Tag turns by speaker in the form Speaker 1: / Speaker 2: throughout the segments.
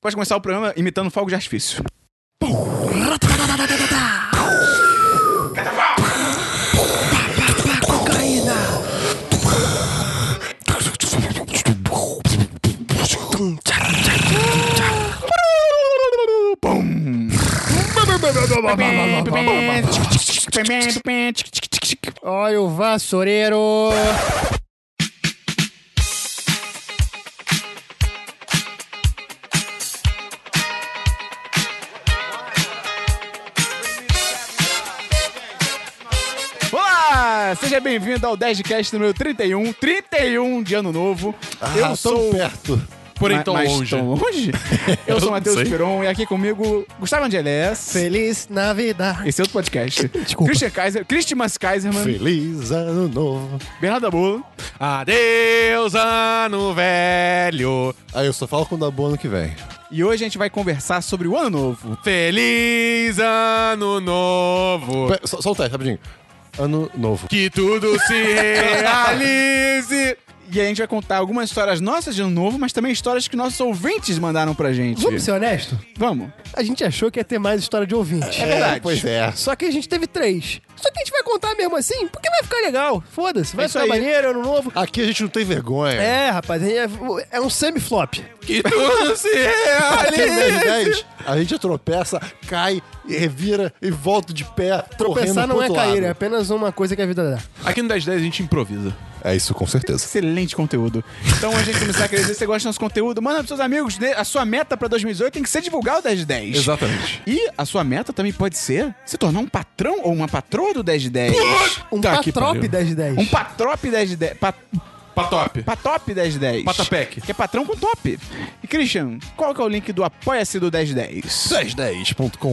Speaker 1: Pode começar o programa imitando fogo de artifício.
Speaker 2: Olha o vassoureiro.
Speaker 1: Olá! Seja bem-vindo ao 10 de cast número 31, 31 de ano novo.
Speaker 2: Ah,
Speaker 1: eu sou
Speaker 3: perto.
Speaker 1: porém
Speaker 3: Ma-
Speaker 1: tão
Speaker 3: mas
Speaker 1: longe.
Speaker 3: tão
Speaker 1: Eu sou
Speaker 3: não
Speaker 1: Matheus
Speaker 3: sei.
Speaker 1: Peron e aqui comigo Gustavo Angelés.
Speaker 2: Feliz Navidade.
Speaker 1: Esse é outro podcast.
Speaker 2: Desculpa.
Speaker 1: Christian Kaiser, Christimas Kaiserman,
Speaker 3: Feliz ano novo.
Speaker 1: Bernardo Bolo.
Speaker 3: Adeus, ano velho. Aí eu só falo quando dá boa ano que vem.
Speaker 1: E hoje a gente vai conversar sobre o ano novo.
Speaker 4: Feliz ano novo,
Speaker 3: Pera, Só, só um teste, rapidinho. Ano novo.
Speaker 4: que tudo se realize.
Speaker 1: E a gente vai contar algumas histórias nossas de ano novo, mas também histórias que nossos ouvintes mandaram pra gente.
Speaker 2: Vamos ser honesto?
Speaker 1: Vamos.
Speaker 2: A gente achou que ia ter mais história de ouvinte.
Speaker 1: verdade.
Speaker 3: pois é.
Speaker 2: Só que a gente teve três. Só que a gente vai contar mesmo assim, porque vai ficar legal. Foda-se, vai
Speaker 1: É isso
Speaker 2: ficar
Speaker 1: aí.
Speaker 2: maneiro, ano novo.
Speaker 3: Aqui a gente não tem vergonha.
Speaker 2: É, rapaz, é, é um semi-flop.
Speaker 4: Que tudo se
Speaker 3: Aqui é 10
Speaker 4: realize.
Speaker 3: 10, a gente tropeça, cai, e revira e volta de pé.
Speaker 2: Tropeçar
Speaker 3: correndo pro
Speaker 2: não é
Speaker 3: outro
Speaker 2: cair, é
Speaker 3: lado.
Speaker 2: apenas uma coisa que a vida dá.
Speaker 4: Aqui no 1010 a gente improvisa.
Speaker 3: É isso, com certeza.
Speaker 1: Excelente conteúdo. Então a gente começar a crescer. Se você gosta do nosso conteúdo, manda pros seus amigos. né? A sua meta pra 2018 tem que ser divulgar o 10 de 10.
Speaker 4: Exatamente.
Speaker 1: E a sua meta também pode ser se tornar um patrão ou uma patroa do 10 de 10.
Speaker 2: Um
Speaker 4: Tá aqui,
Speaker 2: patrop
Speaker 4: pariu.
Speaker 2: 10 de 10.
Speaker 1: Um patrop 10 de 10. Pa,
Speaker 4: Patop.
Speaker 1: patop 10 de 10.
Speaker 4: Patapec.
Speaker 1: Que é patrão com top. E Christian, qual que é o link do Apoia-se do 10 de 10?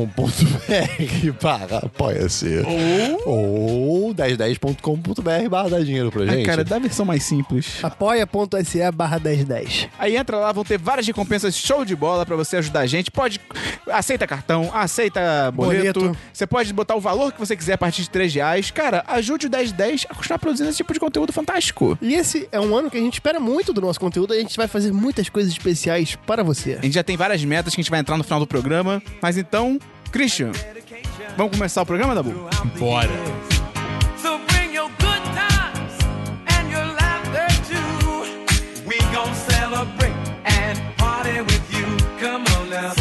Speaker 3: 1010.com.br barra apoia-se. Ou, 1010.com.br barra dá dinheiro pra gente.
Speaker 1: Ah, cara, dá a versão mais simples.
Speaker 2: Apoia.se barra 1010.
Speaker 1: Aí entra lá, vão ter várias recompensas show de bola pra você ajudar a gente. Pode. Aceita cartão, aceita boleto.
Speaker 2: Boleto.
Speaker 1: Você pode botar o valor que você quiser a partir de 3 reais. Cara, ajude o 1010 a continuar produzindo esse tipo de conteúdo fantástico.
Speaker 2: E esse é um ano que a gente espera muito do nosso conteúdo e a gente vai fazer muitas coisas especiais para você.
Speaker 1: A gente já tem várias metas que a gente vai entrar no final do programa. Mas então, Christian, vamos começar o programa, Dabu?
Speaker 4: Bora.
Speaker 5: So bring your good times and your laughter too. We gon' celebrate and party with you. Come on now.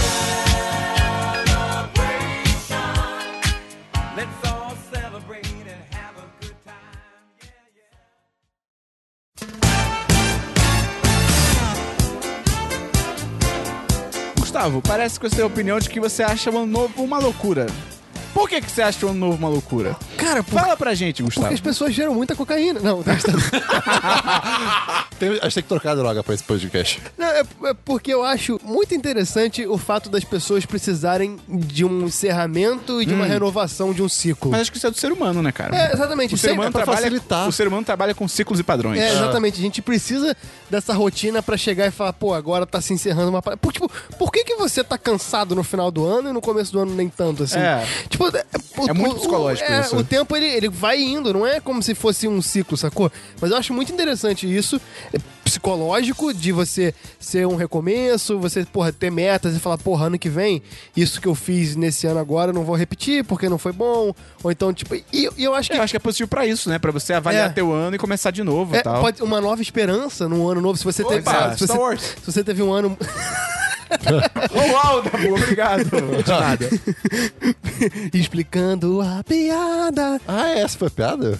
Speaker 5: Celebration. Let's all celebrate and have a good time. Yeah, yeah.
Speaker 1: Gustavo, parece que você tem a opinião de que você acha o ano novo uma loucura. Por que, que você acha o ano novo uma loucura?
Speaker 2: Cara, por...
Speaker 1: Fala pra gente,
Speaker 2: porque
Speaker 1: Gustavo.
Speaker 2: as pessoas geram muita cocaína. Não, tá gastando.
Speaker 3: Tem- a gente tem que trocar a droga pra esse podcast.
Speaker 2: Não, é, é porque eu acho muito interessante o fato das pessoas precisarem de um encerramento e de uma renovação de um ciclo.
Speaker 1: Hum. Mas acho que isso é do ser humano, né, cara?
Speaker 2: É, exatamente.
Speaker 1: O ser,
Speaker 2: Sem-
Speaker 1: humano
Speaker 2: é pra
Speaker 1: trabalha,
Speaker 3: facilitar.
Speaker 1: o ser humano trabalha com ciclos e padrões. Ah.
Speaker 2: É, exatamente. A gente precisa dessa rotina pra chegar e falar, pô, agora tá se encerrando uma parada. Por, tipo, por que, que você tá cansado no final do ano e no começo do ano nem tanto, assim?
Speaker 1: É.
Speaker 2: Tipo, é, o-
Speaker 1: É muito
Speaker 2: o-
Speaker 1: psicológico
Speaker 2: é,
Speaker 1: isso.
Speaker 2: O tempo, ele, ele vai indo, não é como se fosse um ciclo, sacou? Mas eu acho muito interessante isso, é, psicológico, de você ser um recomeço, você, porra, ter metas e falar, porra, ano que vem, isso que eu fiz nesse ano agora eu não vou repetir porque não foi bom. Ou então, tipo, e, e eu acho que
Speaker 1: Eu acho que é positivo pra isso, né? Pra você avaliar
Speaker 2: É.
Speaker 1: teu ano e começar de novo e
Speaker 2: é,
Speaker 1: tal.
Speaker 2: pode uma nova esperança num ano novo. Se você teve,
Speaker 1: Opa,
Speaker 2: sabe, se,
Speaker 1: Star
Speaker 2: você,
Speaker 1: Wars.
Speaker 2: se você teve um ano.
Speaker 1: Uau, Dabu, obrigado. De nada.
Speaker 2: Explicando a piada.
Speaker 3: Ah, é, essa foi a piada?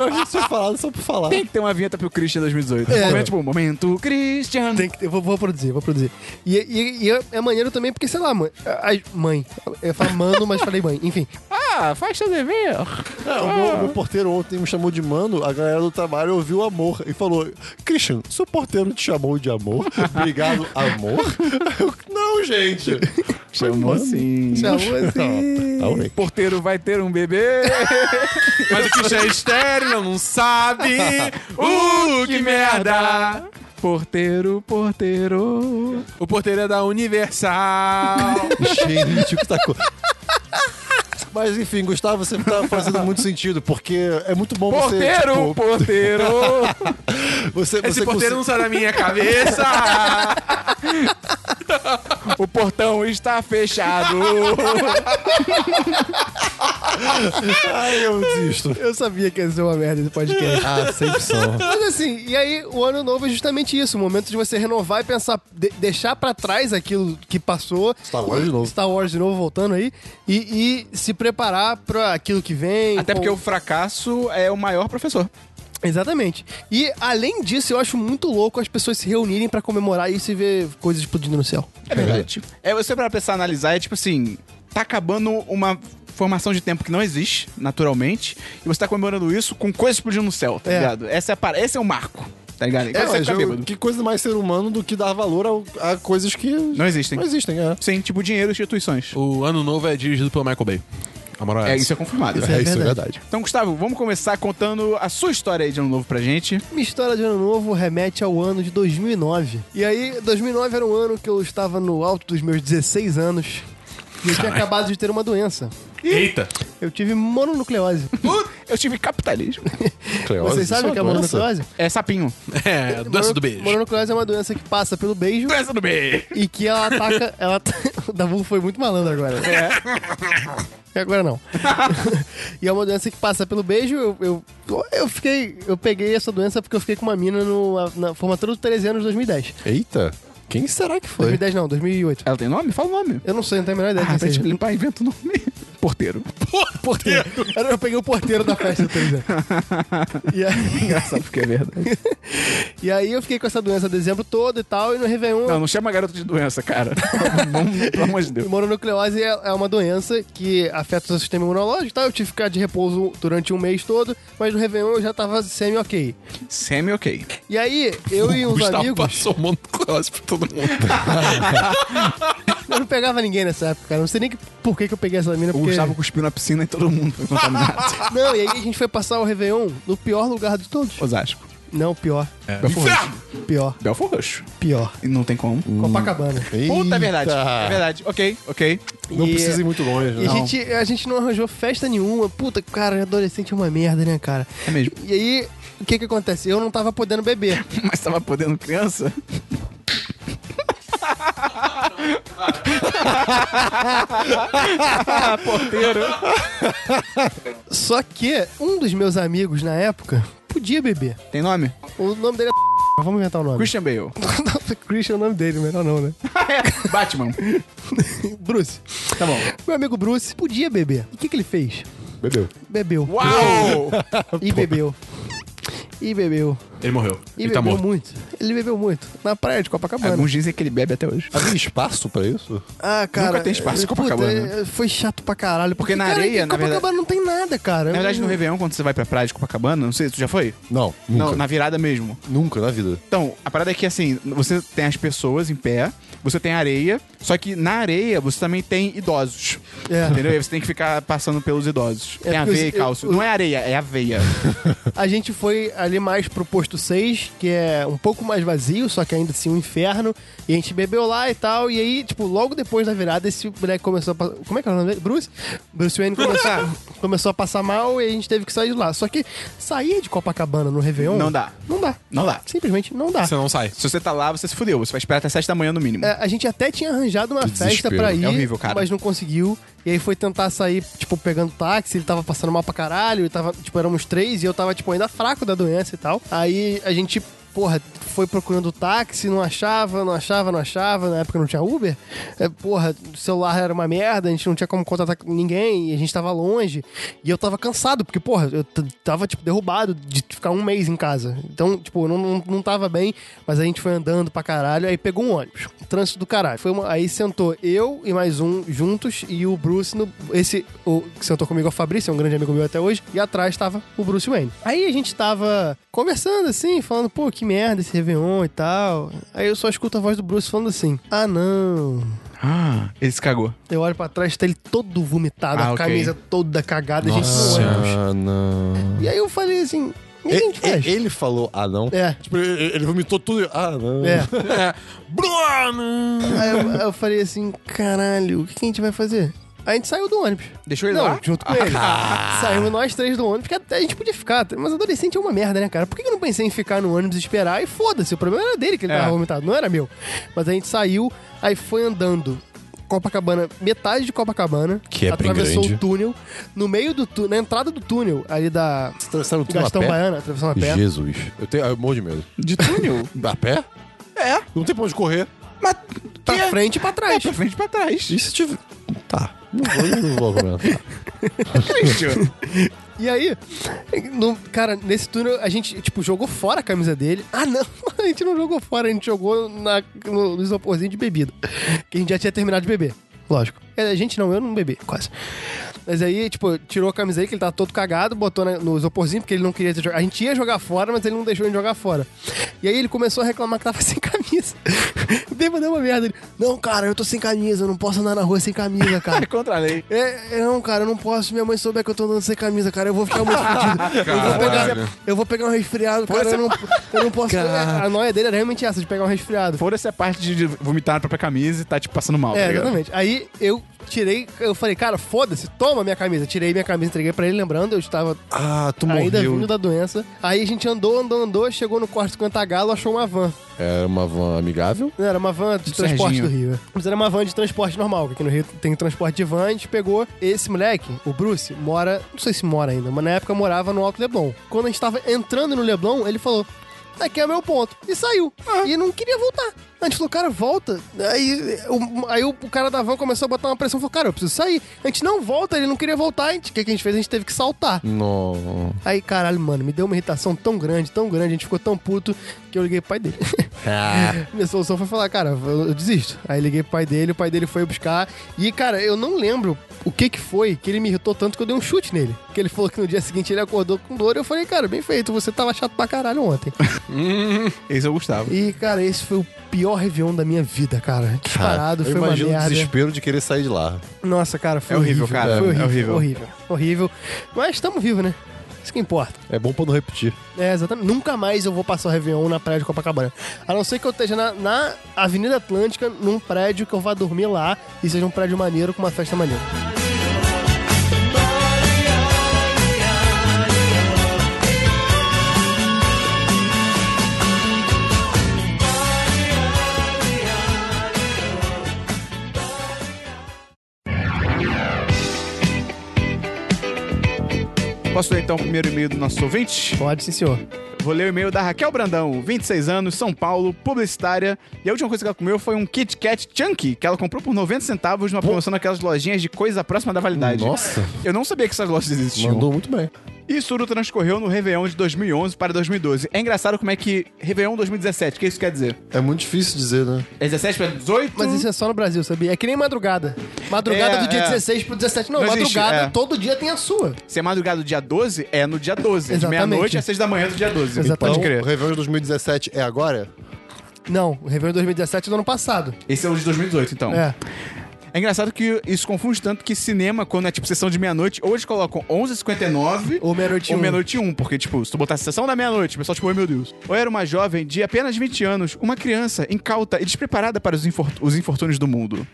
Speaker 3: Eu achei que você falado só por falar.
Speaker 1: Tem que ter uma vinheta pro Christian 2018.
Speaker 2: É.
Speaker 1: Momento, tipo, momento Christian.
Speaker 2: Tem que, eu vou, vou produzir, vou produzir. E, e- e é- é maneiro também, porque, sei lá, mãe. ai, mãe. Eu falo mano, mas falei mãe. Enfim.
Speaker 1: Ah, faz seu dever.
Speaker 3: É, o meu, meu porteiro ontem me chamou de mano, a galera do trabalho ouviu amor e falou: Christian, seu porteiro te chamou de amor? Obrigado, amor? Eu, não, gente.
Speaker 1: Chamou sim.
Speaker 2: Tchau, Então, assim.
Speaker 3: Talvez.
Speaker 1: Porteiro vai ter um bebê.
Speaker 4: Mas o Christian é estéreo, não sabe. Uh, que merda.
Speaker 1: Porteiro, porteiro.
Speaker 4: O porteiro é da Universal.
Speaker 3: Gente, o que tá co- Mas enfim, Gustavo, você tá fazendo muito sentido, porque é muito bom
Speaker 1: Porteiro,
Speaker 3: você.
Speaker 1: porteiro.
Speaker 3: Tipo, você,
Speaker 4: Esse
Speaker 3: você
Speaker 4: porteiro não
Speaker 3: consegue-
Speaker 4: sai da minha cabeça.
Speaker 1: O portão está fechado.
Speaker 3: Ai, eu desisto.
Speaker 2: Eu sabia que ia ser uma merda esse podcast.
Speaker 3: Ah, sempre são.
Speaker 2: Mas assim, e aí o ano novo é justamente isso, o momento de você renovar e pensar, de- deixar pra trás aquilo que passou.
Speaker 3: Star Wars de novo.
Speaker 2: Star Wars de novo voltando aí e, e se preparar pra aquilo que vem.
Speaker 1: Até porque
Speaker 2: com-
Speaker 1: o fracasso é o maior professor.
Speaker 2: Exatamente. E além disso, eu acho muito louco as pessoas se reunirem pra comemorar isso e ver coisas explodindo no céu.
Speaker 1: É verdade. É, você para pensar analisar, é tipo assim, tá acabando uma formação de tempo que não existe, naturalmente, e você tá comemorando isso com coisas explodindo no céu, tá
Speaker 2: É.
Speaker 1: ligado? Essa é a par- Esse é o marco, tá ligado?
Speaker 3: É,
Speaker 1: Quando você
Speaker 3: mas
Speaker 1: fica
Speaker 3: eu-
Speaker 1: bêbado.
Speaker 3: que coisa mais ser humano do que dar valor ao- a, coisas que
Speaker 1: Não existem.
Speaker 3: não existem, é.
Speaker 1: Sim, tipo dinheiro e instituições.
Speaker 4: O Ano Novo é dirigido pelo Michael Bay. A moral
Speaker 1: É,
Speaker 4: essa.
Speaker 1: isso é confirmado.
Speaker 2: É
Speaker 3: isso, é
Speaker 2: verdade.
Speaker 3: verdade.
Speaker 1: Então, Gustavo, vamos começar contando a sua história aí de ano novo pra gente.
Speaker 2: Minha história de ano novo remete ao ano de 2009. E aí, 2009 era um ano que eu estava no alto dos meus 16 anos e eu tinha acabado de ter uma doença.
Speaker 4: Eita!
Speaker 2: Eu tive mononucleose.
Speaker 1: Eu tive capitalismo.
Speaker 3: Cleose,
Speaker 2: Vocês sabem o
Speaker 3: isso
Speaker 2: que é
Speaker 3: uma doença?
Speaker 2: mononucleose?
Speaker 1: É sapinho.
Speaker 4: É, doença do beijo.
Speaker 2: Mononucleose é uma doença que passa pelo beijo
Speaker 1: Doença do bem.
Speaker 2: e que ela ataca. Ela... tá, o Dabu foi muito malandro agora. É. Agora não. e é uma doença que passa pelo beijo. Eu, eu, eu fiquei. Eu peguei essa doença porque eu fiquei com uma mina no, na formatura dos 13 anos de 2010.
Speaker 3: Eita, quem será que foi?
Speaker 2: 2010 não, 2008.
Speaker 1: Ela tem nome? Fala o nome.
Speaker 2: Eu não sei, não tenho a menor ideia é de
Speaker 1: Ah,
Speaker 2: quem
Speaker 1: pra gente
Speaker 2: seja.
Speaker 1: limpar, inventa o nome. Porteiro.
Speaker 2: é porteiro. Eu peguei o porteiro da festa, tá ligado? E aí,
Speaker 1: Engraçado porque é verdade.
Speaker 2: e aí eu fiquei com essa doença dezembro todo e tal, e no Réveillon
Speaker 1: Não, não chama garoto de doença, cara. Vamos, pelo amor de Deus.
Speaker 2: Mononucleose é é uma doença que afeta o seu sistema imunológico e tal. Eu tive que ficar de repouso durante um mês todo, mas no Réveillon eu já tava semi-ok.
Speaker 1: Semi-ok.
Speaker 2: E aí, eu e
Speaker 4: O
Speaker 2: uns
Speaker 4: Gustavo
Speaker 2: amigos.
Speaker 4: passou mononucleose pra todo mundo.
Speaker 2: Eu não pegava ninguém nessa época, cara. Não sei nem que- por que, que eu peguei essa mina.
Speaker 1: O
Speaker 2: Porque...
Speaker 1: Gustavo cuspiu na piscina e todo mundo foi contaminado.
Speaker 2: Não, e aí a gente foi passar o Réveillon no pior lugar de todos.
Speaker 1: Osasco.
Speaker 2: Não, pior.
Speaker 1: Belfor É. Roxo.
Speaker 2: Pior.
Speaker 1: Belfor Roxo.
Speaker 2: Pior.
Speaker 1: E Não tem como.
Speaker 2: Copacabana.
Speaker 1: Puta, é verdade.
Speaker 3: Eita.
Speaker 1: É verdade. Ok, ok.
Speaker 3: Não
Speaker 2: E-
Speaker 3: precisa ir muito longe,
Speaker 2: E
Speaker 3: né?
Speaker 2: a
Speaker 1: Não.
Speaker 2: gente, a gente não arranjou festa nenhuma. Puta, cara, adolescente é uma merda, né, cara?
Speaker 1: É mesmo.
Speaker 2: E aí, o que que acontece? Eu não tava podendo beber.
Speaker 1: Mas tava podendo criança? Porteiro.
Speaker 2: Só que um dos meus amigos na época podia beber.
Speaker 1: Tem nome?
Speaker 2: O nome dele é. mas Vamos inventar o nome.
Speaker 1: Christian Bale.
Speaker 2: Christian é o nome dele, melhor não, né?
Speaker 1: Batman.
Speaker 2: Bruce.
Speaker 1: Tá bom.
Speaker 2: Meu amigo Bruce podia beber. E o que, que ele fez?
Speaker 3: Bebeu.
Speaker 2: Bebeu.
Speaker 1: Uau!
Speaker 2: E bebeu. E bebeu.
Speaker 4: Ele morreu.
Speaker 2: E
Speaker 4: ele
Speaker 2: bebeu
Speaker 4: tá morto.
Speaker 2: muito. Ele bebeu muito. Na praia de Copacabana.
Speaker 1: Alguns dizem que ele bebe até hoje.
Speaker 3: Havia espaço pra isso?
Speaker 2: Ah, cara.
Speaker 1: É, Nunca tem espaço em
Speaker 2: puta,
Speaker 1: Copacabana. né?
Speaker 2: foi chato pra caralho.
Speaker 1: Porque na
Speaker 2: cara,
Speaker 1: areia,
Speaker 2: em
Speaker 1: na verdade-
Speaker 2: Copacabana não tem nada, cara.
Speaker 1: Na verdade, no Réveillon, quando você vai pra praia de Copacabana, não sei, tu já foi?
Speaker 3: Não, nunca.
Speaker 1: Não, na virada mesmo.
Speaker 3: Nunca na vida.
Speaker 1: Então, a parada é que assim, você tem as pessoas em pé, você tem areia, só que na areia você também tem idosos.
Speaker 2: É.
Speaker 1: Entendeu? E aí você tem que ficar passando pelos idosos.
Speaker 2: É
Speaker 1: tem
Speaker 2: porque
Speaker 1: aveia e
Speaker 2: os-
Speaker 1: cálcio.
Speaker 2: eu-
Speaker 1: Não é areia, é aveia.
Speaker 2: A gente foi ali mais pro posto 6, que é um pouco mais vazio, só que ainda assim um inferno. E a gente bebeu lá e tal. E aí, tipo, logo depois da virada, esse moleque começou a passar. Como é que é o nome dele? Bruce? Bruce Wayne começou, começou a passar mal e a gente teve que sair de lá. Só que sair de Copacabana no Réveillon.
Speaker 1: Não dá.
Speaker 2: Não dá.
Speaker 1: Não dá.
Speaker 2: Simplesmente não dá.
Speaker 4: Você não sai.
Speaker 1: Se você tá lá, você se fudeu. Você vai esperar até 7 da manhã no mínimo.
Speaker 2: É, a gente até tinha arranjado uma
Speaker 3: Que
Speaker 2: festa
Speaker 3: desespero.
Speaker 2: pra ir,
Speaker 1: É horrível, cara.
Speaker 2: mas não conseguiu. E aí foi tentar sair, tipo, pegando táxi, ele tava passando mal pra caralho, e tava, tipo, éramos três, e eu tava, tipo, ainda fraco da doença e tal. Aí a gente, porra, foi procurando táxi, não achava, não achava, não achava, na época não tinha Uber. É, porra, o celular era uma merda, a gente não tinha como contatar com ninguém, e a gente tava longe. E eu tava cansado, porque, porra, eu t- tava, tipo, derrubado de ficar um mês em casa. Então, tipo, eu não, não, não tava bem, mas a gente foi andando pra caralho, aí pegou um ônibus. Trânsito do caralho. Foi uma- aí sentou eu e mais um juntos e o Bruce no. Esse. O que sentou comigo é o Fabrício, é um grande amigo meu até hoje. E atrás tava o Bruce Wayne. Aí a gente tava conversando assim, falando, pô, que merda esse Réveillon e tal. Aí eu só escuto a voz do Bruce falando assim: Ah, não.
Speaker 1: Ah, ele se cagou.
Speaker 2: Eu olho pra trás, tá ele todo vomitado,
Speaker 1: Ah,
Speaker 2: a
Speaker 1: ok.
Speaker 2: camisa toda cagada, a gente no ônibus.
Speaker 3: Ah, não.
Speaker 2: E aí eu falei assim: o que a gente faz?
Speaker 3: Ele, É, ele falou ah, não?
Speaker 2: É.
Speaker 3: Tipo, ele ele vomitou tudo. e- Ah, não.
Speaker 2: É.
Speaker 4: É. Bruno!
Speaker 2: Aí eu, aí eu falei assim, caralho, o que que a gente vai fazer? Aí A gente saiu do ônibus.
Speaker 1: Deixou ele
Speaker 2: Não,
Speaker 1: lá? Ah.
Speaker 2: junto com ele. Saímos nós três do ônibus, que até a gente podia ficar. Mas adolescente é uma merda, né, cara? Por que que eu não pensei em ficar no ônibus e esperar? E foda-se, o problema era dele que ele
Speaker 1: É.
Speaker 2: tava vomitado, não era meu. Mas a gente saiu, aí foi andando. Copacabana, metade de Copacabana.
Speaker 3: Que é bem
Speaker 2: Atravessou
Speaker 3: grande.
Speaker 2: o túnel. No meio do túnel, na entrada do túnel, ali da
Speaker 3: Vocês atravessaram tudo
Speaker 2: Gastão
Speaker 3: a pé?
Speaker 2: Baiana, atravessando a pé.
Speaker 3: Jesus. Eu, tenho, eu morro de medo.
Speaker 1: De túnel?
Speaker 3: A pé?
Speaker 1: é.
Speaker 3: Não tem pra onde correr.
Speaker 1: Mas.
Speaker 2: Pra
Speaker 1: que é-
Speaker 2: frente e pra
Speaker 1: É,
Speaker 2: trás.
Speaker 1: pra frente e pra trás.
Speaker 3: E se tiver... Tá. Não vou, não vou comentar.
Speaker 1: Christian.
Speaker 2: E aí, no- cara, nesse túnel a gente, tipo, jogou fora a camisa dele. Ah, não, a gente não jogou fora, a gente jogou na, no, no isoporzinho de bebida. Que a gente já tinha terminado de beber, lógico. É, A gente não, eu não bebi, quase. Mas aí, tipo, tirou a camisa aí, que ele tava todo cagado, botou na- no isoporzinho, porque ele não queria ter jogado. A gente ia jogar fora, mas ele não deixou a gente jogar fora. E aí ele começou a reclamar que tava sem camisa. Bêbado é uma merda. Ele, não, cara, eu tô sem camisa, eu não posso andar na rua sem camisa, cara.
Speaker 1: É contra a lei.
Speaker 2: É, é, não, cara, eu não posso. Se Minha mãe souber que eu tô andando sem camisa, cara, eu vou ficar muito fudido. Eu vou,
Speaker 4: Caralho.
Speaker 2: pegar, eu vou pegar um resfriado, cara, eu não, eu não posso. A noia dele era realmente essa, de pegar um resfriado.
Speaker 1: Fora-se a parte de vomitar na própria camisa e tá, tipo, passando mal. tá
Speaker 2: É,
Speaker 1: ligado?
Speaker 2: exatamente. Aí eu tirei, eu falei, cara, foda-se, toma minha camisa. Tirei minha camisa, entreguei pra ele, lembrando, eu estava
Speaker 3: Ah, tu
Speaker 2: ainda
Speaker 3: morreu.
Speaker 2: vindo da doença. Aí a gente andou, andou, andou, chegou no corte 50 galo, achou uma van.
Speaker 3: Era É uma van amigável?
Speaker 2: Não, era uma van de
Speaker 1: Do
Speaker 2: transporte
Speaker 1: Serginho.
Speaker 2: do Rio. é. Mas era uma van de transporte normal, que aqui no Rio tem transporte de van, a gente pegou. Esse moleque, o Bruce, mora, não sei se mora ainda, mas na época morava no Alto Leblon. Quando a gente tava entrando no Leblon, ele falou: aqui é meu ponto. E saiu. E não queria voltar. A gente falou, cara, volta. Aí, o, aí o, o cara da van começou a botar uma pressão, falou, cara, eu preciso sair. A gente não volta, ele não queria voltar. A gente- O que, que a gente fez? A gente teve que saltar.
Speaker 3: Não.
Speaker 2: Aí, caralho, mano, me deu uma irritação tão grande, tão grande, a gente ficou tão puto que eu liguei pro pai dele. Minha solução foi falar, cara, eu, eu desisto. Aí liguei pro pai dele, o pai dele foi buscar. E, cara, eu não lembro o que que foi que ele me irritou tanto que eu dei um chute nele. Que ele falou que no dia seguinte ele acordou com dor. Eu falei, cara, bem feito, você tava chato pra caralho ontem.
Speaker 1: Esse é o Gustavo.
Speaker 2: E, cara, esse foi o pior Réveillon da minha vida, cara. Disparado,
Speaker 3: Ah, eu
Speaker 2: foi uma
Speaker 3: imagino o
Speaker 2: merda.
Speaker 3: desespero de querer sair de lá.
Speaker 2: Nossa, cara, foi
Speaker 1: É horrível, cara,
Speaker 2: Foi
Speaker 1: é
Speaker 2: horrível,
Speaker 1: horrível.
Speaker 2: horrível. Horrível. Mas estamos vivos, né? Isso que importa.
Speaker 3: É bom pra não repetir.
Speaker 2: É, exatamente. Nunca mais eu vou passar o Réveillon na praia de Copacabana. A não ser que eu esteja na, na Avenida Atlântica, num prédio que eu vá dormir lá e seja um prédio maneiro com uma festa maneira.
Speaker 1: Posso ler então o primeiro e-mail do nosso ouvinte?
Speaker 2: Pode sim, senhor.
Speaker 1: Vou ler o e-mail da Raquel Brandão, 26 anos, São Paulo, publicitária. E a última coisa que ela comeu foi um Kit Kat Chunky, que ela comprou por 90 centavos numa promoção naquelas lojinhas de coisa próxima da validade.
Speaker 3: Nossa.
Speaker 1: Eu não sabia que essas lojas existiam.
Speaker 3: Mandou muito bem.
Speaker 1: Isso tudo transcorreu no Réveillon de 2011 para 2012. É engraçado como é que... Réveillon 2017, o que isso quer dizer?
Speaker 3: É muito difícil dizer, né?
Speaker 1: É 17 para 18?
Speaker 2: Mas isso é só no Brasil, sabia? É que nem madrugada. Madrugada
Speaker 1: É,
Speaker 2: do dia
Speaker 1: é.
Speaker 2: 16 pro 17. Não,
Speaker 1: Não existe,
Speaker 2: madrugada,
Speaker 1: é.
Speaker 2: todo dia tem a sua.
Speaker 1: Se é madrugada do dia 12, é no dia 12. De
Speaker 2: Exatamente.
Speaker 1: meia-noite às 6 da manhã do dia 12.
Speaker 2: Exatamente.
Speaker 1: Pode
Speaker 3: Então, O
Speaker 1: crer.
Speaker 3: Réveillon de 2017 é agora?
Speaker 2: Não, o Réveillon 2017 é do ano passado.
Speaker 1: Esse é o de 2018, então.
Speaker 2: É.
Speaker 1: É engraçado que isso confunde tanto que cinema, quando é tipo sessão de meia-noite, ou eles colocam 11h59
Speaker 2: Ou meia-noite e
Speaker 1: ou
Speaker 2: um.
Speaker 1: meia-noite e um, porque tipo, se tu botar sessão da meia-noite, o pessoal tipo, "Ai, meu Deus. Ou era uma jovem de apenas 20 anos, uma criança incauta e despreparada para os, infor- os infortúnios do mundo.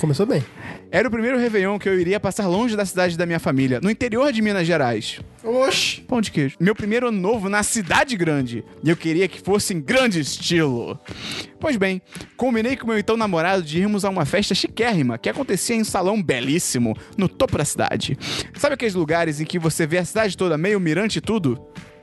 Speaker 2: Começou bem.
Speaker 1: Era o primeiro Réveillon que eu iria passar longe da cidade da minha família, no interior de Minas Gerais. Oxi! Pão de queijo. Meu primeiro ano novo na cidade grande. E eu queria que fosse em grande estilo. Pois bem, combinei com meu então namorado de irmos a uma festa chiquérrima que acontecia em um salão belíssimo, no topo da cidade. Sabe aqueles lugares em que você vê a cidade toda meio mirante e tudo?